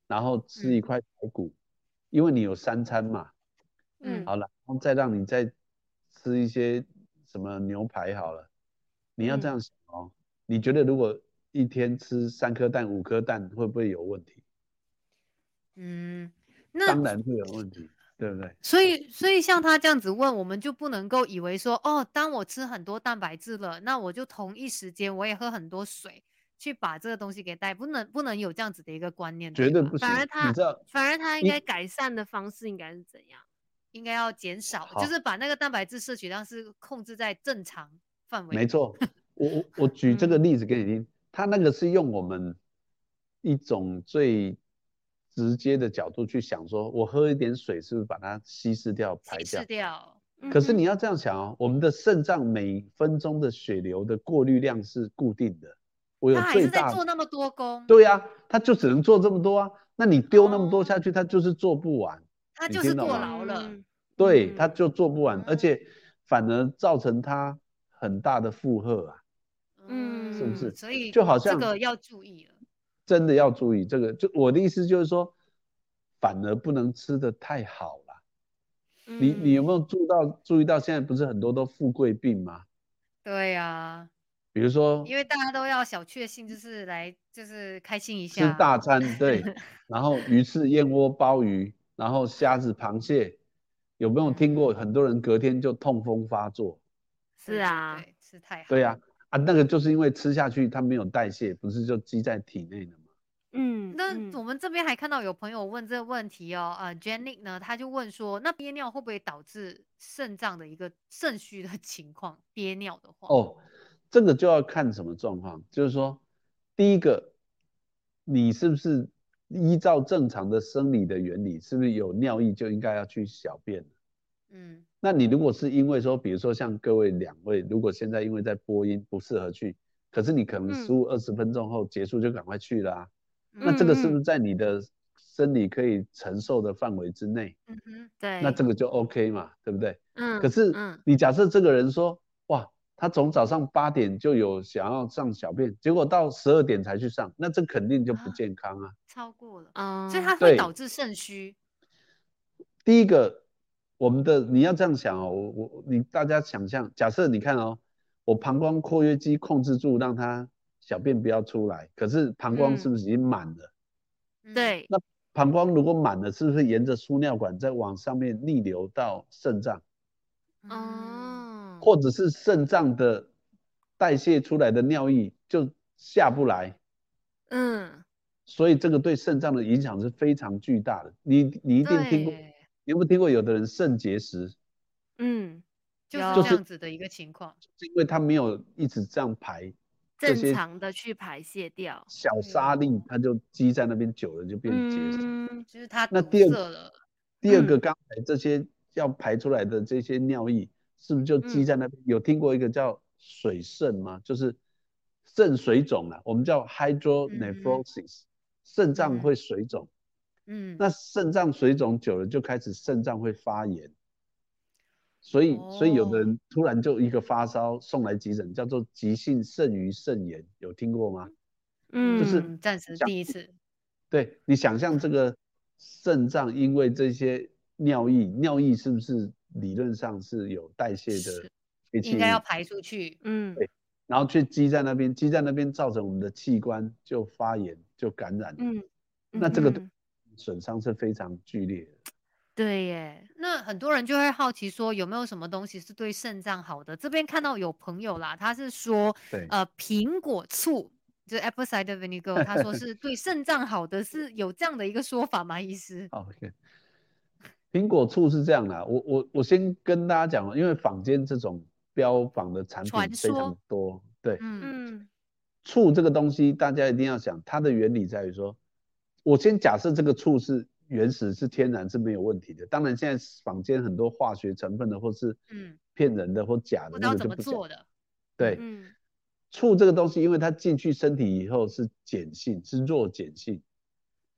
[SPEAKER 3] 然后吃一块排骨，因为你有三餐嘛，
[SPEAKER 2] 嗯
[SPEAKER 3] 好了，然后再让你再吃一些什么牛排好了，你要这
[SPEAKER 1] 嗯
[SPEAKER 3] 样想哦，你觉得如果一天吃三颗蛋、五颗蛋会不会有问题？
[SPEAKER 1] 嗯，
[SPEAKER 3] 当
[SPEAKER 1] 那
[SPEAKER 3] 然会有问题，对不对？
[SPEAKER 1] 所以所以像他这样子问，我们就不能够以为说，哦，当我吃很多蛋白质了，那我就同一时间我也喝很多水，去把这个东西给带，不能不能有这样子的一个观念，
[SPEAKER 3] 绝对
[SPEAKER 1] 吧
[SPEAKER 3] 不行
[SPEAKER 2] 反而。他
[SPEAKER 3] 你知道，
[SPEAKER 2] 反而他应
[SPEAKER 3] 一
[SPEAKER 2] 该改善的方式应该是怎样？
[SPEAKER 1] 应该要减少，
[SPEAKER 3] 好
[SPEAKER 1] 就是把那个蛋白质摄取量是控制在正常范围。
[SPEAKER 3] 没，错，我我我举
[SPEAKER 2] 嗯
[SPEAKER 3] 这个例子给你听，他那个是用我们一种最直接的角度去想说，我喝一点水是不是把它稀释掉、排
[SPEAKER 1] 稀释
[SPEAKER 3] 掉？
[SPEAKER 1] 掉。
[SPEAKER 2] 嗯
[SPEAKER 3] 可是
[SPEAKER 2] 哼
[SPEAKER 3] 你要这样想哦，我们的肾脏每分钟的血流的过滤量是固定的，我有
[SPEAKER 1] 他还
[SPEAKER 3] 最
[SPEAKER 1] 是在
[SPEAKER 3] 大
[SPEAKER 1] 做那么多工，
[SPEAKER 3] 对呀、它就只能做这么多啊。那你丢那么多
[SPEAKER 1] 哦
[SPEAKER 3] 下去，它就是做不完。
[SPEAKER 1] 他
[SPEAKER 3] 你
[SPEAKER 1] 就是
[SPEAKER 3] 听懂
[SPEAKER 1] 过
[SPEAKER 3] 吗
[SPEAKER 1] 劳了。
[SPEAKER 2] 嗯
[SPEAKER 3] 对，他
[SPEAKER 2] 嗯
[SPEAKER 3] 就做不完，而
[SPEAKER 1] 嗯
[SPEAKER 3] 且反而造成他很大的负荷啊。
[SPEAKER 2] 嗯是不
[SPEAKER 3] 是
[SPEAKER 1] 所以
[SPEAKER 3] 就好
[SPEAKER 1] 这
[SPEAKER 3] 像
[SPEAKER 1] 个要注意了。
[SPEAKER 3] 真的要注意这个。就我的意思就是说，反而不能吃的太好了。你
[SPEAKER 2] 嗯
[SPEAKER 3] 你有没有
[SPEAKER 1] 嗯
[SPEAKER 3] 注到注意到现在不是很多都富贵病吗？
[SPEAKER 1] 对呀、
[SPEAKER 3] 比如说
[SPEAKER 1] 因为大家都要小确幸，就是来就是开心一
[SPEAKER 3] 吃
[SPEAKER 1] 下。
[SPEAKER 3] 大餐，对，然后鱼翅、燕窝、鲍鱼，然后虾子、螃蟹，有没有听过？很多人隔天就痛风发作。
[SPEAKER 2] 是啊
[SPEAKER 1] 对，是太好。
[SPEAKER 3] 对呀、啊，那个就是因为吃下去它没有代谢，不是就积在体内了吗？
[SPEAKER 2] 嗯，
[SPEAKER 1] 那
[SPEAKER 2] 嗯
[SPEAKER 1] 我们这边还看到有朋友问这个问题哦，啊 j e n n y 呢，他就问说，那憋尿会不会导致肾脏的一个肾虚的情况？憋尿的话，，
[SPEAKER 3] 哦，这个就要看什么状况，就是说，第一个，你是不是依照正常的生理的原理，是不是有尿意就应该要去小便？
[SPEAKER 1] 嗯
[SPEAKER 3] 那你如果是因为说，比如说像各位两位，如果现在因为在播音不适合去，可是你可能
[SPEAKER 2] 嗯
[SPEAKER 3] 十五二十分钟后结束就赶快去了啊，那
[SPEAKER 1] 嗯
[SPEAKER 3] 这个是
[SPEAKER 2] 嗯
[SPEAKER 3] 不是在你的生理可以承受的范围之内？
[SPEAKER 1] 嗯哼，
[SPEAKER 2] 对，
[SPEAKER 3] 那这个就 OK 嘛，对不对？
[SPEAKER 2] 嗯，
[SPEAKER 3] 可是
[SPEAKER 2] 嗯
[SPEAKER 3] 你假设这个人说，哇，他从早上八点就有想要上小便，结果到十二点才去上，那这肯定就不
[SPEAKER 1] 啊
[SPEAKER 3] 健康啊。
[SPEAKER 1] 超过了，
[SPEAKER 2] 嗯，
[SPEAKER 1] 所以它会
[SPEAKER 3] 对
[SPEAKER 1] 导致肾虚。
[SPEAKER 3] 第一个，我们的你要这样想哦，我我你大家想象，假设你看哦，我膀胱括约肌控制住让它小便不要出来，可是膀胱
[SPEAKER 2] 嗯
[SPEAKER 3] 是不是已经满了？
[SPEAKER 1] 嗯，
[SPEAKER 2] 对，
[SPEAKER 3] 膀胱如果满了，是不是沿着输尿管再往上面逆流到肾脏？
[SPEAKER 1] 嗯，
[SPEAKER 2] 哦，
[SPEAKER 3] 或者是肾脏的代谢出来的尿液就下不来，
[SPEAKER 2] 嗯，
[SPEAKER 3] 所以这个对肾脏的影响是非常巨大的。你你一定听过，
[SPEAKER 2] 对
[SPEAKER 3] 你有没有听过有的人肾结石，
[SPEAKER 2] 嗯，
[SPEAKER 1] 就是
[SPEAKER 2] 有
[SPEAKER 1] 这样子的一个情况。
[SPEAKER 3] 是因为他没有一直这样排这
[SPEAKER 2] 正
[SPEAKER 3] 些
[SPEAKER 2] 常的去排泄掉，
[SPEAKER 3] 小沙粒，它就积在那边久了就变结石。
[SPEAKER 2] 嗯，
[SPEAKER 1] 就是它
[SPEAKER 3] 那
[SPEAKER 1] 堵
[SPEAKER 3] 第二
[SPEAKER 1] 塞了，
[SPEAKER 3] 第二
[SPEAKER 2] 嗯
[SPEAKER 3] 个，刚才这些要排出来的这些尿液，是不是就积
[SPEAKER 2] 嗯
[SPEAKER 3] 在那边？有听过一个叫水肾吗？就是肾水肿啊，我们叫 hydronephrosis，、肾脏
[SPEAKER 1] 嗯
[SPEAKER 3] 会水肿。
[SPEAKER 1] 嗯，
[SPEAKER 3] 那肾脏水肿久了，就开始肾脏会发炎。所以，所以有
[SPEAKER 1] 哦
[SPEAKER 3] 的人突然就一个发烧送来急诊，叫做急性肾盂肾炎，有听过吗？
[SPEAKER 2] 嗯，
[SPEAKER 3] 就是
[SPEAKER 1] 嗯暂时
[SPEAKER 3] 想
[SPEAKER 1] 第一次，
[SPEAKER 3] 对你想象这个肾脏因为这些尿液，尿液是不是理论上是有代谢的
[SPEAKER 1] 是
[SPEAKER 3] 废弃
[SPEAKER 1] 应
[SPEAKER 3] 物
[SPEAKER 1] 该，要排出去。
[SPEAKER 2] 嗯
[SPEAKER 3] 然后却积在那边，积在那边造成我们的器官就发炎就感染，
[SPEAKER 2] 嗯，
[SPEAKER 3] 那这个
[SPEAKER 2] 嗯嗯
[SPEAKER 3] 损伤是非常剧烈的。
[SPEAKER 2] 对耶，
[SPEAKER 1] 那很多人就会好奇说，有没有什么东西是对肾脏好的？这边看到有朋友啦，他是说，
[SPEAKER 3] 对
[SPEAKER 1] 呃，苹果醋，就是 apple cider vinegar，他说是对肾脏好的，是有这样的一个说法吗？医 师？
[SPEAKER 3] 好，OK。苹果醋是这样的，我我我先跟大家讲哦，因为坊间这种标榜的产
[SPEAKER 1] 传
[SPEAKER 3] 品非常
[SPEAKER 1] 说
[SPEAKER 3] 多，对，
[SPEAKER 1] 嗯
[SPEAKER 2] 嗯
[SPEAKER 3] 醋这个东西，大家一定要想，它的原理在于说，我先假设这个醋是原始是天然是没有问题的。当然，现在坊间很多化学成分的，或是
[SPEAKER 1] 嗯
[SPEAKER 3] 骗人的或假
[SPEAKER 1] 不
[SPEAKER 3] 的，
[SPEAKER 1] 知道
[SPEAKER 3] 啊那个
[SPEAKER 1] 怎
[SPEAKER 3] 就
[SPEAKER 1] 么
[SPEAKER 3] 不
[SPEAKER 1] 做
[SPEAKER 3] 讲。
[SPEAKER 1] 的，
[SPEAKER 3] 对，
[SPEAKER 2] 嗯
[SPEAKER 3] 醋这个东西，因为它进去身体以后是碱性，是弱碱性。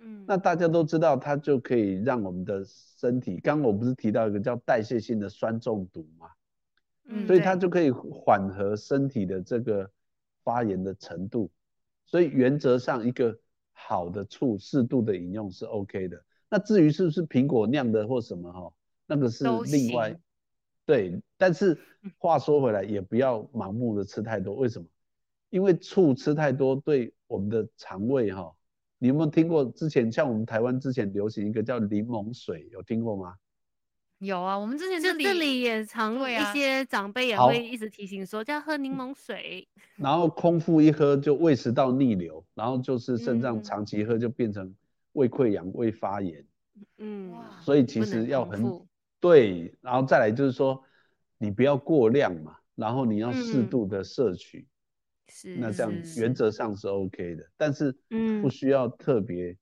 [SPEAKER 2] 嗯，
[SPEAKER 3] 那大家都知道，它就可以让我们的身体，刚刚我不是提到一个叫代谢性的酸中毒吗？
[SPEAKER 1] 嗯
[SPEAKER 3] 所以
[SPEAKER 2] 对
[SPEAKER 3] 它就可以缓和身体的这个发炎的程度。所以原则上，一个好的醋适度的饮用是 OK 的。那至于是不是苹果酿的或什么哈，那个是
[SPEAKER 1] 都
[SPEAKER 3] 另外
[SPEAKER 1] 行
[SPEAKER 3] 对。但是
[SPEAKER 1] 嗯
[SPEAKER 3] 话说回来，也不要盲目的吃太多。为什么？因为醋吃太多对我们的肠胃哈，你有没有听过之前像我们台湾之前流行一个叫柠檬水，有听过吗？
[SPEAKER 1] 有啊，我们之前
[SPEAKER 2] 就
[SPEAKER 1] 这
[SPEAKER 2] 这
[SPEAKER 1] 里
[SPEAKER 2] 里也常
[SPEAKER 1] 对
[SPEAKER 2] 一
[SPEAKER 1] 啊
[SPEAKER 2] 些长辈也
[SPEAKER 3] 好嗯
[SPEAKER 2] 会一直提醒说，要喝柠檬水。
[SPEAKER 3] 然后空腹一喝就胃食道逆流，然后就是肾脏
[SPEAKER 2] 嗯
[SPEAKER 3] 长期喝就变成胃溃疡、胃发炎，
[SPEAKER 2] 嗯，
[SPEAKER 1] 哇
[SPEAKER 3] 所以其
[SPEAKER 2] 不
[SPEAKER 3] 实
[SPEAKER 2] 能
[SPEAKER 3] 要
[SPEAKER 2] 空
[SPEAKER 3] 很
[SPEAKER 2] 腹
[SPEAKER 3] 对，然后再来就是说你不要过量嘛，然后你要适
[SPEAKER 2] 嗯
[SPEAKER 3] 度的摄取，
[SPEAKER 2] 是
[SPEAKER 3] 那这样
[SPEAKER 2] 是
[SPEAKER 3] 原
[SPEAKER 2] 是
[SPEAKER 3] 则上是 OK 的，但是不
[SPEAKER 2] 嗯
[SPEAKER 3] 需要特别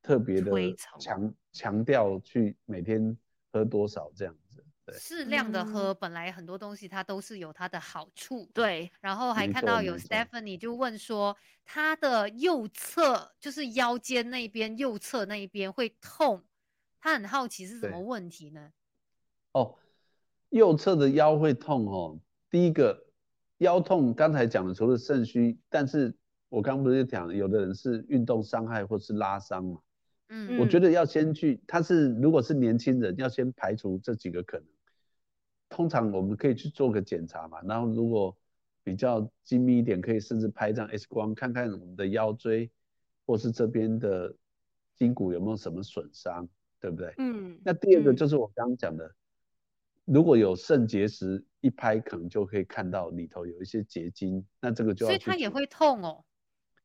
[SPEAKER 3] 特别的
[SPEAKER 2] 推崇
[SPEAKER 3] 强强调去每天喝多少这样子，对。
[SPEAKER 1] 适量的喝，本来很多东西它都是有它的好处。
[SPEAKER 2] 对，
[SPEAKER 1] 然后还
[SPEAKER 3] 没
[SPEAKER 1] 看
[SPEAKER 3] 错
[SPEAKER 1] 到有
[SPEAKER 3] 没错
[SPEAKER 1] Stephanie 就问说，她的右侧就是腰间那边，右侧那一边会痛，她很好奇是什么
[SPEAKER 3] 对
[SPEAKER 1] 问题呢？
[SPEAKER 3] 哦，右侧的腰会痛哦。第一个腰痛，刚才讲的除了肾虚，但是我刚不是讲，有的人是运动伤害或是拉伤嘛。
[SPEAKER 1] 嗯
[SPEAKER 3] 我觉
[SPEAKER 2] 嗯
[SPEAKER 3] 得要先去，他是如果是年轻人，要先排除这几个可能。通常我们可以去做个检查嘛，然后如果比较精密一点，可以甚至拍一张 X 光，看看我们的腰椎或是这边的筋骨有没有什么损伤，对不对？
[SPEAKER 2] 嗯
[SPEAKER 3] 那第二个
[SPEAKER 2] 嗯
[SPEAKER 3] 就是我刚刚讲的，如果有肾结石，一拍可能就可以看到里头有一些结晶，那这个就要
[SPEAKER 1] 所以
[SPEAKER 3] 去
[SPEAKER 1] 它也
[SPEAKER 3] 处
[SPEAKER 1] 会痛哦，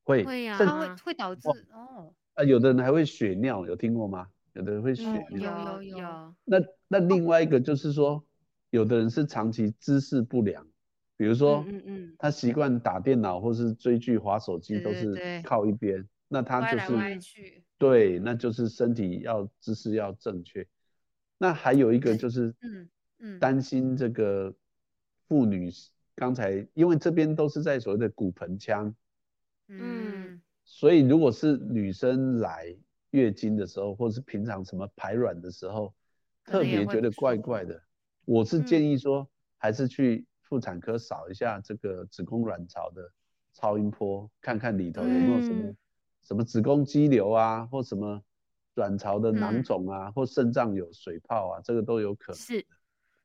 [SPEAKER 3] 会
[SPEAKER 2] 会呀
[SPEAKER 3] 甚
[SPEAKER 1] 它会
[SPEAKER 2] 啊
[SPEAKER 1] 会导致
[SPEAKER 3] 哦
[SPEAKER 1] 哦，
[SPEAKER 3] 啊，有的人还会血尿，有听过吗？有的人会血
[SPEAKER 2] 嗯
[SPEAKER 1] 有
[SPEAKER 3] 尿。
[SPEAKER 1] 有有
[SPEAKER 2] 有，
[SPEAKER 3] 那那另外一个就是说，有的人是长期姿势不良，比如说
[SPEAKER 2] 嗯嗯嗯
[SPEAKER 3] 他习惯打电脑或是追剧、划手机
[SPEAKER 1] 对
[SPEAKER 3] 都
[SPEAKER 1] 对
[SPEAKER 3] 是
[SPEAKER 1] 对
[SPEAKER 3] 靠一边，那他
[SPEAKER 1] 歪
[SPEAKER 3] 就
[SPEAKER 1] 来
[SPEAKER 3] 是
[SPEAKER 1] 歪去，
[SPEAKER 3] 对，那就是身体要姿势要正确。那还有一个
[SPEAKER 1] 对
[SPEAKER 3] 就是，
[SPEAKER 1] 嗯嗯
[SPEAKER 3] 担心这个妇女刚才，因为这边都是在所谓的骨盆腔，
[SPEAKER 1] 嗯
[SPEAKER 3] 所以如果是女生来月经的时候，或是平常什么排卵的时候，
[SPEAKER 1] 可
[SPEAKER 3] 特
[SPEAKER 1] 能也
[SPEAKER 3] 别
[SPEAKER 1] 会
[SPEAKER 3] 觉
[SPEAKER 1] 不
[SPEAKER 3] 得
[SPEAKER 1] 舒
[SPEAKER 3] 怪
[SPEAKER 1] 服
[SPEAKER 3] 怪的，我是建
[SPEAKER 2] 嗯
[SPEAKER 3] 议说，还是去妇产科扫一下这个子宫卵巢的超音波，看看里头有没有什么、
[SPEAKER 2] 嗯
[SPEAKER 3] 什么子宫肌瘤啊，或什么卵巢的囊
[SPEAKER 1] 嗯
[SPEAKER 3] 肿啊，或肾脏有水泡啊，这个都有可能。
[SPEAKER 2] 是，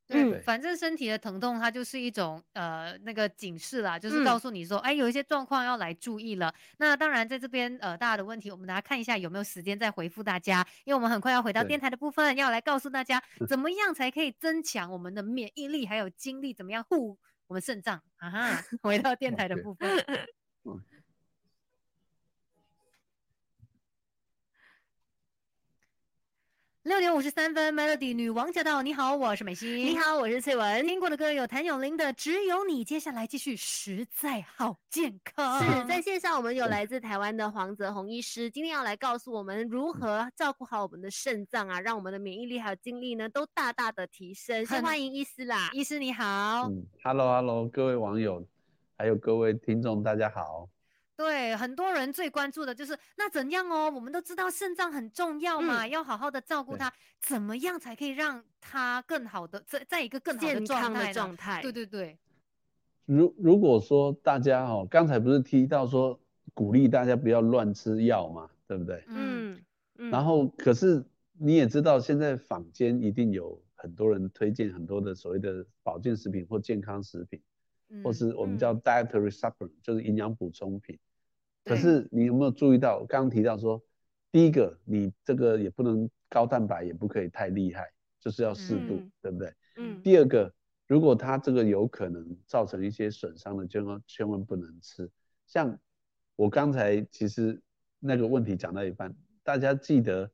[SPEAKER 1] 对，
[SPEAKER 2] 嗯
[SPEAKER 1] 反正身体的疼痛，它就是一种呃那个警示啦，就是
[SPEAKER 2] 嗯
[SPEAKER 1] 告诉你说，哎，有一些状况要来注意了。那当然，在这边呃大家的问题，我们大家看一下有没有时间再回复大家，因为我们很快要回到
[SPEAKER 3] 对
[SPEAKER 1] 电台的部分，要来告诉大家怎么样才可以增强我们的免疫力，还有精力，怎么样护我们肾脏啊 哈。回到电台的
[SPEAKER 3] 对
[SPEAKER 1] 部分，六点五十三分，Melody 女王驾到！你好，我是美心。
[SPEAKER 2] 你，好，我是翠文，
[SPEAKER 1] 听过的歌有谭咏麟的《只有你》，接下来继续实在好健康。
[SPEAKER 2] 是嗯在线上，我们有来自台湾的黄泽宏医师，今天要来告诉我们
[SPEAKER 1] 嗯
[SPEAKER 2] 如何照顾好我们的肾脏啊，让我们的免疫力还有精力呢都大大的提升。先
[SPEAKER 1] 很
[SPEAKER 2] 欢迎医师啦，
[SPEAKER 1] 医师你好，
[SPEAKER 3] 嗯，Hello Hello，各位网友，还有各位听众，大家好。
[SPEAKER 1] 对很多人最关注的就是那怎样哦？我们都知道肾脏很重要嘛，要好好的照顾
[SPEAKER 3] 嗯对
[SPEAKER 1] 它，怎么样才可以让它更好的在在一个更好的
[SPEAKER 2] 健
[SPEAKER 1] 状
[SPEAKER 2] 康
[SPEAKER 1] 态
[SPEAKER 2] 的
[SPEAKER 1] 呢
[SPEAKER 2] 状态，
[SPEAKER 1] 对对对，
[SPEAKER 3] 如如果说大家哦，刚才不是提到说鼓励大家不要乱吃药嘛，对不对？
[SPEAKER 1] 嗯，
[SPEAKER 2] 嗯嗯，
[SPEAKER 3] 然后可是你也知道，现在坊间一定有很多人推荐很多的所谓的保健食品或健康食品，或
[SPEAKER 1] 嗯
[SPEAKER 3] 是我们
[SPEAKER 2] 嗯
[SPEAKER 3] 叫 dietary supplement，就是营养补充品。可
[SPEAKER 1] 对
[SPEAKER 3] 是你有没有注意到，刚刚提到说，第一个你这个也不能高蛋白，也不可以太厉害，就是要适度，
[SPEAKER 2] 嗯
[SPEAKER 3] 对不对？
[SPEAKER 2] 嗯
[SPEAKER 3] 第二个，如果它这个有可能造成一些损伤的，千万千万不能吃。像我刚才其实那个问题讲到一半，大家记得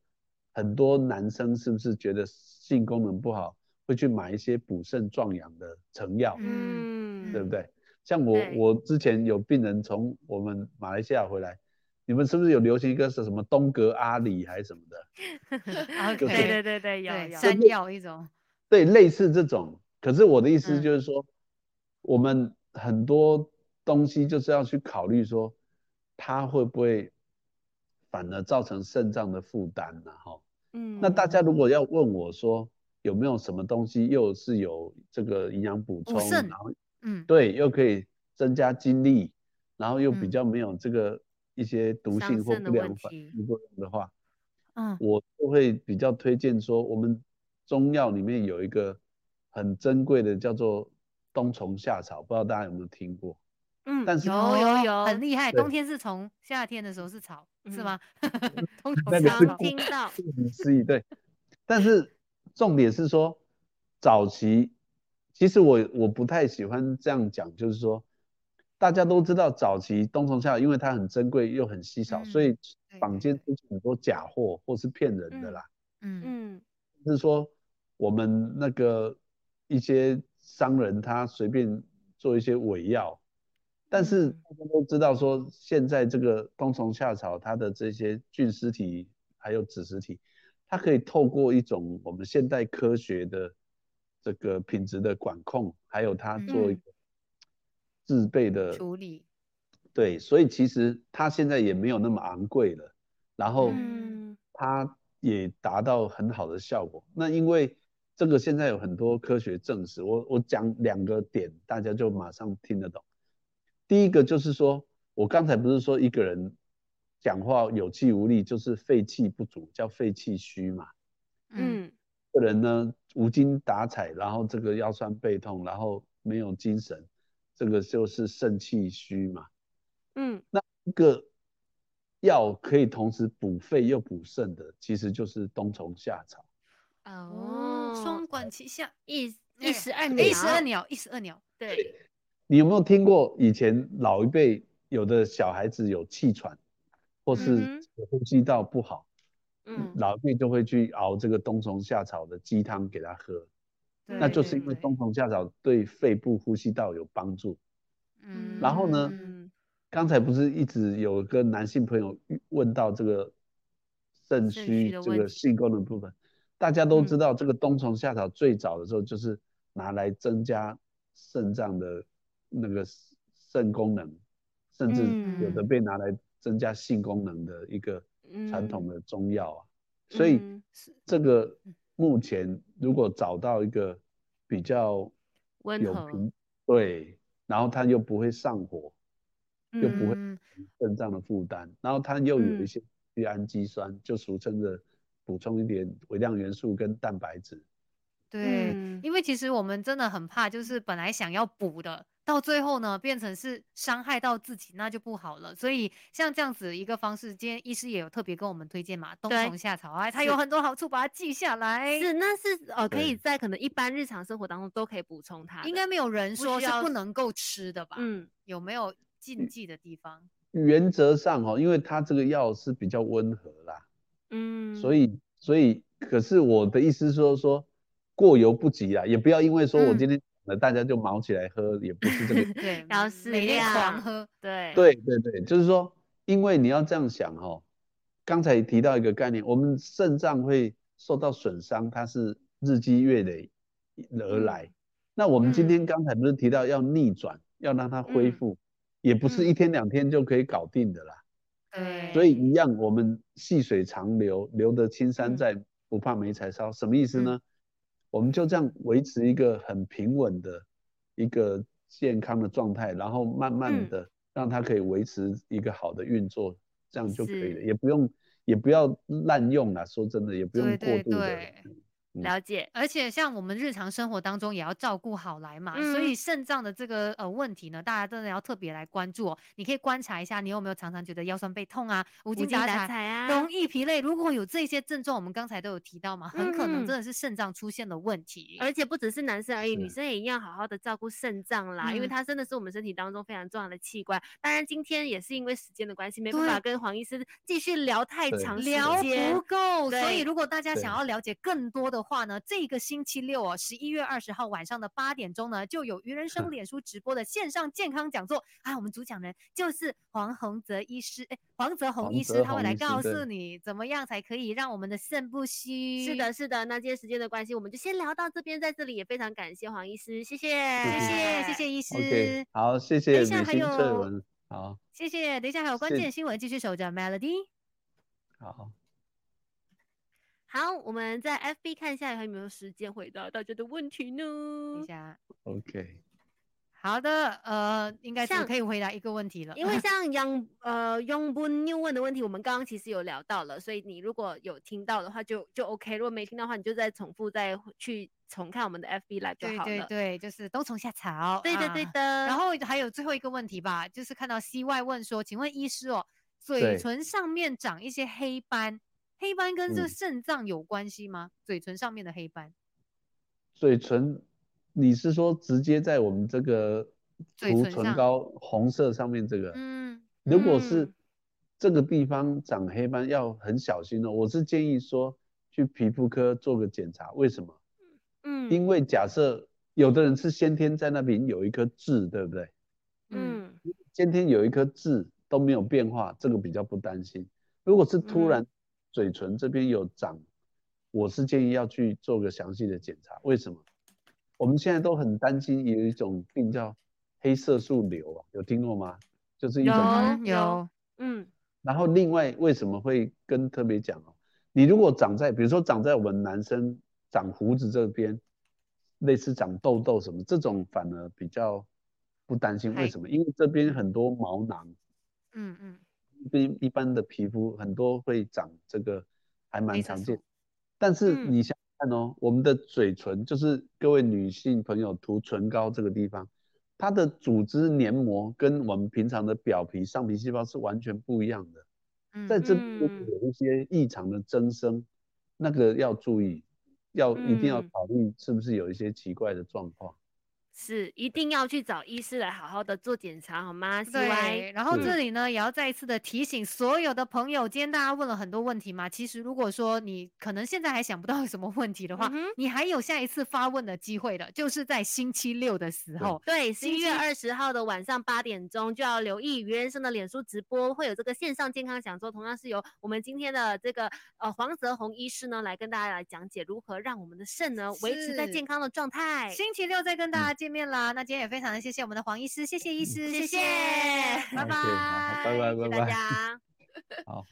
[SPEAKER 3] 很多男生是不是觉得性功能不好，会去买一些补肾壮阳的成药，
[SPEAKER 1] 嗯
[SPEAKER 2] 嗯，
[SPEAKER 3] 对不对？像我
[SPEAKER 2] 对
[SPEAKER 3] 我之前有病人从我们马来西亚回来，你们是不是有流行一个是什么东格阿里还是什么的？
[SPEAKER 1] 嗯 OK，
[SPEAKER 3] 就是
[SPEAKER 2] 对对对对，有
[SPEAKER 1] 对，
[SPEAKER 2] 有，
[SPEAKER 1] 山药一种，
[SPEAKER 3] 对，类似这种。可是我的意思
[SPEAKER 1] 嗯
[SPEAKER 3] 就是说，我们很多东西就是要去考虑说，它会不会反而造成肾脏的负担呢？哈，
[SPEAKER 2] 嗯，
[SPEAKER 3] 那大家如果要问我说有没有什么东西又是有这个营养补
[SPEAKER 1] 补
[SPEAKER 3] 充，
[SPEAKER 1] 肾
[SPEAKER 3] 然后
[SPEAKER 1] 嗯，
[SPEAKER 3] 对又可以增加精力，然后又比
[SPEAKER 1] 嗯
[SPEAKER 3] 较没有这个一些毒
[SPEAKER 2] 伤
[SPEAKER 3] 性或
[SPEAKER 2] 肾的
[SPEAKER 3] 不良
[SPEAKER 2] 问
[SPEAKER 3] 反
[SPEAKER 2] 题
[SPEAKER 3] 应作用的话，
[SPEAKER 1] 嗯
[SPEAKER 3] 我就会比较推荐说，我们中药里面有一个很珍贵的叫做冬虫夏草，不知道大家有没有听过？
[SPEAKER 2] 嗯，
[SPEAKER 3] 但是哦
[SPEAKER 1] 有有有，很
[SPEAKER 2] 有，
[SPEAKER 1] 厉害。
[SPEAKER 3] 对
[SPEAKER 1] 冬天是虫，夏天的时候是草，是
[SPEAKER 2] 嗯
[SPEAKER 1] 吗？ 冬虫
[SPEAKER 3] 嗯那个
[SPEAKER 1] 夏
[SPEAKER 3] 是
[SPEAKER 1] 草
[SPEAKER 2] 常。听到，
[SPEAKER 3] 顾名思义，对。 但是重点是说，早期其实我我不太喜欢这样讲，就是说大家都知道早期冬虫夏草，因为它很珍贵又很稀少，所
[SPEAKER 1] 嗯
[SPEAKER 3] 以
[SPEAKER 1] 对
[SPEAKER 3] 坊
[SPEAKER 1] 对
[SPEAKER 3] 间
[SPEAKER 1] 对
[SPEAKER 3] 出现很多假货或是骗人的
[SPEAKER 2] 嗯
[SPEAKER 3] 啦。
[SPEAKER 1] 嗯
[SPEAKER 2] 嗯
[SPEAKER 3] 是说我们那个一些商人他随便做一些伪药，但是
[SPEAKER 2] 嗯
[SPEAKER 3] 大家都知道说现在这个冬虫夏草它的这些菌丝体还有子实体，它可以透过一种我们现代科学的这个品质的管控，还有它做一
[SPEAKER 2] 嗯
[SPEAKER 3] 个制备的
[SPEAKER 1] 处理。
[SPEAKER 3] 对，所以其实它现在也没有那么昂贵了，然后
[SPEAKER 2] 嗯
[SPEAKER 3] 它也达到很好的效果。那因为这个现在有很多科学证实，我我讲两个点，大家就马上听得懂。第一个就是说，我刚才不是说一个人讲话有气无力，就是肺气不足，叫肺气虚嘛。
[SPEAKER 1] 嗯
[SPEAKER 2] 嗯
[SPEAKER 3] 这个人呢无精打采，然后这个腰酸背痛，然后没有精神，这个就是肾气虚嘛。
[SPEAKER 2] 嗯
[SPEAKER 3] 一个药可以同时补肺又补肾的，其实就是冬虫夏草。
[SPEAKER 1] 哦，双管齐下，
[SPEAKER 2] 一
[SPEAKER 1] 哎
[SPEAKER 2] 一石二鸟，
[SPEAKER 1] 一石二，鸟，一石二鸟。
[SPEAKER 2] 对，
[SPEAKER 3] 你有没有听过以前老一辈有的小孩子有气喘，或
[SPEAKER 2] 嗯
[SPEAKER 3] 是呼吸道不好，
[SPEAKER 2] 嗯，
[SPEAKER 3] 老一辈就会去熬这个冬虫夏草的鸡汤给他喝，
[SPEAKER 1] 对
[SPEAKER 3] 那就
[SPEAKER 1] 对
[SPEAKER 3] 是因为
[SPEAKER 1] 对
[SPEAKER 3] 冬虫夏草对肺部呼吸道有帮助。
[SPEAKER 1] 嗯，
[SPEAKER 3] 然后呢
[SPEAKER 1] 嗯
[SPEAKER 3] 刚才不是一直有个男性朋友问到这个
[SPEAKER 2] 肾
[SPEAKER 3] 肾虚
[SPEAKER 2] 虚的
[SPEAKER 3] 这
[SPEAKER 2] 问
[SPEAKER 3] 个
[SPEAKER 2] 题
[SPEAKER 3] 性功能部分，大家都知
[SPEAKER 2] 嗯
[SPEAKER 3] 道，这个冬虫夏草最早的时候就是拿来增加肾脏的那个肾功能，甚至有的
[SPEAKER 1] 嗯
[SPEAKER 3] 被拿来增加性功能的一个传统
[SPEAKER 2] 嗯
[SPEAKER 3] 的中药啊。所以
[SPEAKER 2] 嗯
[SPEAKER 3] 这个目前如果找到一个比较
[SPEAKER 2] 温
[SPEAKER 3] 有
[SPEAKER 2] 和
[SPEAKER 3] 平对，然后它又不会上火，又不会
[SPEAKER 1] 嗯
[SPEAKER 3] 肾脏的负担，然后它又有
[SPEAKER 2] 嗯
[SPEAKER 3] 一些聚氨基酸，就俗称的补充一点微量元素跟蛋白质。
[SPEAKER 1] 对，
[SPEAKER 2] 嗯
[SPEAKER 1] 因为其实我们真的很怕，就是本来想要补的，到最后呢变成是伤害到自己，那就不好了。所以像这样子一个方式，今天医师也有特别跟我们推荐嘛，冬
[SPEAKER 2] 对
[SPEAKER 1] 虫夏草啊，它
[SPEAKER 2] 是
[SPEAKER 1] 有很多好处，把它记下来。
[SPEAKER 2] 是，那是呃，可以
[SPEAKER 3] 对
[SPEAKER 2] 在可能一般日常生活当中都可以补充它的，
[SPEAKER 1] 应该没有人
[SPEAKER 2] 不
[SPEAKER 1] 说
[SPEAKER 2] 需
[SPEAKER 1] 是
[SPEAKER 2] 要
[SPEAKER 1] 不
[SPEAKER 2] 是
[SPEAKER 1] 能够吃的吧？
[SPEAKER 2] 嗯
[SPEAKER 1] 有没有禁忌的地方？
[SPEAKER 3] 原则上哦，因为它这个药是比较温和啦，
[SPEAKER 2] 嗯，
[SPEAKER 3] 所以所以可是我的意思是说说过犹不及啊，也不要因为说我
[SPEAKER 1] 嗯
[SPEAKER 3] 今天讲了大家就毛起来喝，也不是这个
[SPEAKER 1] 对，
[SPEAKER 2] 要
[SPEAKER 1] 每
[SPEAKER 2] 适
[SPEAKER 1] 天狂
[SPEAKER 2] 量
[SPEAKER 1] 喝。
[SPEAKER 2] 对
[SPEAKER 3] 对对对，就是说，因为你要这样想哦，刚才提到一个概念，我们肾脏会受到损伤，它是日积月累而来。那我们今
[SPEAKER 2] 嗯
[SPEAKER 3] 天刚才不是提到要逆转，要让它恢
[SPEAKER 2] 嗯
[SPEAKER 3] 复，也不是一
[SPEAKER 2] 嗯
[SPEAKER 3] 天两天就可以搞定的啦。
[SPEAKER 1] 对，
[SPEAKER 3] 所以一样，我们细水长流，流得青山
[SPEAKER 2] 嗯
[SPEAKER 3] 在，不怕没柴烧。什么意思
[SPEAKER 1] 嗯
[SPEAKER 3] 呢？我们就这样维持一个很平稳的一个健康的状态，然后慢慢
[SPEAKER 2] 嗯
[SPEAKER 3] 的让它可以维持一个好的运作，这样就可以了，
[SPEAKER 2] 是
[SPEAKER 3] 也不用也不要滥用啦。说真的，也不用
[SPEAKER 1] 对
[SPEAKER 3] 过
[SPEAKER 1] 对
[SPEAKER 3] 度的。
[SPEAKER 1] 对
[SPEAKER 3] 嗯
[SPEAKER 2] 了解，
[SPEAKER 1] 而且像我们日常生活当中也要照顾好来嘛，所
[SPEAKER 2] 嗯
[SPEAKER 1] 以肾脏的这个呃问题呢，大家真的要特别来关注哦。你可以观察一下，你有没有常常觉得腰酸背痛啊、无
[SPEAKER 2] 无
[SPEAKER 1] 精
[SPEAKER 2] 精
[SPEAKER 1] 打
[SPEAKER 2] 打
[SPEAKER 1] 采、
[SPEAKER 2] 采啊，
[SPEAKER 1] 容易疲累？如果有这些症状，我们刚才都有提到嘛，很可能
[SPEAKER 2] 嗯
[SPEAKER 1] 真的是肾脏出现了问题。
[SPEAKER 2] 而且不只是男生而已，女
[SPEAKER 3] 是
[SPEAKER 2] 生也一样好好的照顾肾脏啦，因为
[SPEAKER 1] 嗯
[SPEAKER 2] 它真的是我们身体当中非常重要的器官。当然，今天也是因为时间的关系，没办
[SPEAKER 1] 对
[SPEAKER 2] 法跟黄医师继续聊太
[SPEAKER 3] 对
[SPEAKER 2] 长时
[SPEAKER 1] 聊
[SPEAKER 2] 间
[SPEAKER 1] 不。够，所以
[SPEAKER 2] 对
[SPEAKER 1] 如果大家想
[SPEAKER 3] 对
[SPEAKER 1] 要了解更多的话呢，这个星期六哦，十一月二十号晚上的八点钟呢，就有愚人
[SPEAKER 3] 嗯
[SPEAKER 1] 生脸书直播的线上健康讲座啊，我们主讲人就是黄宏泽医师，哎，黄泽宏
[SPEAKER 3] 黄
[SPEAKER 1] 医
[SPEAKER 3] 泽
[SPEAKER 1] 师，他会
[SPEAKER 3] 宏
[SPEAKER 1] 来
[SPEAKER 3] 医师
[SPEAKER 1] 告
[SPEAKER 3] 对
[SPEAKER 1] 诉你怎么样才可以让我们的肾不虚。
[SPEAKER 2] 是的，，是的。那今天时间的关系，我们就先聊到这边，在这里也非常感谢黄医师，谢谢，
[SPEAKER 1] 谢
[SPEAKER 3] 谢
[SPEAKER 1] 谢谢谢医师
[SPEAKER 3] OK，好，谢
[SPEAKER 1] 等
[SPEAKER 3] 谢
[SPEAKER 1] 一
[SPEAKER 3] 吕
[SPEAKER 1] 下还
[SPEAKER 3] 欣翠
[SPEAKER 1] 有
[SPEAKER 3] 文，好
[SPEAKER 1] 谢谢，等一下还有关
[SPEAKER 3] 是
[SPEAKER 1] 键新闻继续守着 Melody。
[SPEAKER 3] 好，
[SPEAKER 2] 好，我们在 FB 看一下还有没有时间回答大家的问题呢？
[SPEAKER 1] 等一下，
[SPEAKER 3] OK。
[SPEAKER 1] 好的，呃，应该只
[SPEAKER 2] 像
[SPEAKER 1] 可以回答一个问题了，
[SPEAKER 2] 因为像 Young 呃 Young Boon New 问的问题，我们刚刚其实有聊到了，所以你如果有听到的话就就 OK，如果没听到的话，你就再重复再去重看我们的 FB Live 就
[SPEAKER 1] 对
[SPEAKER 2] 好
[SPEAKER 1] 对
[SPEAKER 2] 了。
[SPEAKER 1] 对，就是都从下草，
[SPEAKER 2] 对的
[SPEAKER 1] 啊
[SPEAKER 2] 对的。
[SPEAKER 1] 然后还有最后一个问题吧，就是看到 C Y 问说，请问医师哦，嘴
[SPEAKER 3] 对
[SPEAKER 1] 唇上面长一些黑斑，黑斑跟这
[SPEAKER 3] 嗯
[SPEAKER 1] 肾脏有关系吗？嘴唇上面的黑斑，
[SPEAKER 3] 嘴唇，你是说直接在我们这个
[SPEAKER 1] 嘴
[SPEAKER 3] 涂
[SPEAKER 1] 唇
[SPEAKER 3] 唇
[SPEAKER 1] 上
[SPEAKER 3] 膏红色上面这个？
[SPEAKER 1] 嗯，
[SPEAKER 3] 如果是
[SPEAKER 1] 嗯
[SPEAKER 3] 这个地方长黑斑，要很小心哦。我是建议说去皮肤科做个检查，为什么？
[SPEAKER 2] 嗯
[SPEAKER 3] 因为假设有的人是先天在那边有一颗痣，对不对？
[SPEAKER 1] 嗯
[SPEAKER 2] 嗯
[SPEAKER 3] 先天有一颗痣都没有变化，这个比较不担心。如果是突然嘴唇这边有长，我是建议要去做个详细的检查。为什么？我们现在都很担心有一种病叫黑色素瘤啊，有听过吗？就是一种
[SPEAKER 2] 有
[SPEAKER 3] 癌
[SPEAKER 1] 嗯有
[SPEAKER 2] 嗯
[SPEAKER 3] 然后另外为什么会跟特别讲哦？你如果长在，比如说长在我们男生长胡子这边，类似长痘痘什么，这种反而比较不担心。
[SPEAKER 1] 嗨
[SPEAKER 3] 为什么？因为这边很多毛囊，
[SPEAKER 1] 嗯嗯，
[SPEAKER 3] 跟一般的皮肤很多会长这个，还
[SPEAKER 1] 黑
[SPEAKER 3] 蛮
[SPEAKER 1] 色
[SPEAKER 3] 常
[SPEAKER 1] 素
[SPEAKER 3] 见。但是
[SPEAKER 2] 嗯
[SPEAKER 3] 你想想看哦，我们的嘴唇，就是各位女性朋友涂唇膏这个地方，它的组织黏膜跟我们平常的表皮、上皮细胞是完全不一样的。
[SPEAKER 1] 嗯
[SPEAKER 3] 在这
[SPEAKER 2] 嗯
[SPEAKER 3] 边有一些异常的增生，那个要注意，要一定要
[SPEAKER 2] 嗯
[SPEAKER 3] 考虑是不是有一些奇怪的状况。
[SPEAKER 2] 是一定要去找医师来好好的做检查好吗
[SPEAKER 1] 对，
[SPEAKER 2] ？CY
[SPEAKER 1] 然后这
[SPEAKER 3] 嗯
[SPEAKER 1] 里呢，也要再一次的提醒所有的朋友，今天大家问了很多问题嘛，其实如果说你可能现在还想不到有什么问题的话，
[SPEAKER 2] 嗯哼
[SPEAKER 1] 你还有下一次发问的机会的，就是在星期六的时候。
[SPEAKER 2] 对，十
[SPEAKER 1] 星
[SPEAKER 2] 一
[SPEAKER 1] 期
[SPEAKER 2] 月二十号的晚上八点钟就要留意于人生的脸书直播，会有这个线上健康讲座，同样是由我们今天的这个呃黄泽宏医师呢来跟大家来讲解如何让我们的肾呢维持在
[SPEAKER 1] 是
[SPEAKER 2] 健康的状态。
[SPEAKER 1] 星期六再跟大
[SPEAKER 3] 嗯
[SPEAKER 1] 家见面啦。那今天也非常的谢谢我们的黄医嗯师，谢谢医师，
[SPEAKER 2] 谢
[SPEAKER 1] 谢
[SPEAKER 2] 谢
[SPEAKER 1] 拜
[SPEAKER 3] 好好拜拜
[SPEAKER 1] 拜。
[SPEAKER 2] 谢谢
[SPEAKER 3] 拜
[SPEAKER 2] 大
[SPEAKER 3] 拜
[SPEAKER 2] 家。
[SPEAKER 3] 好。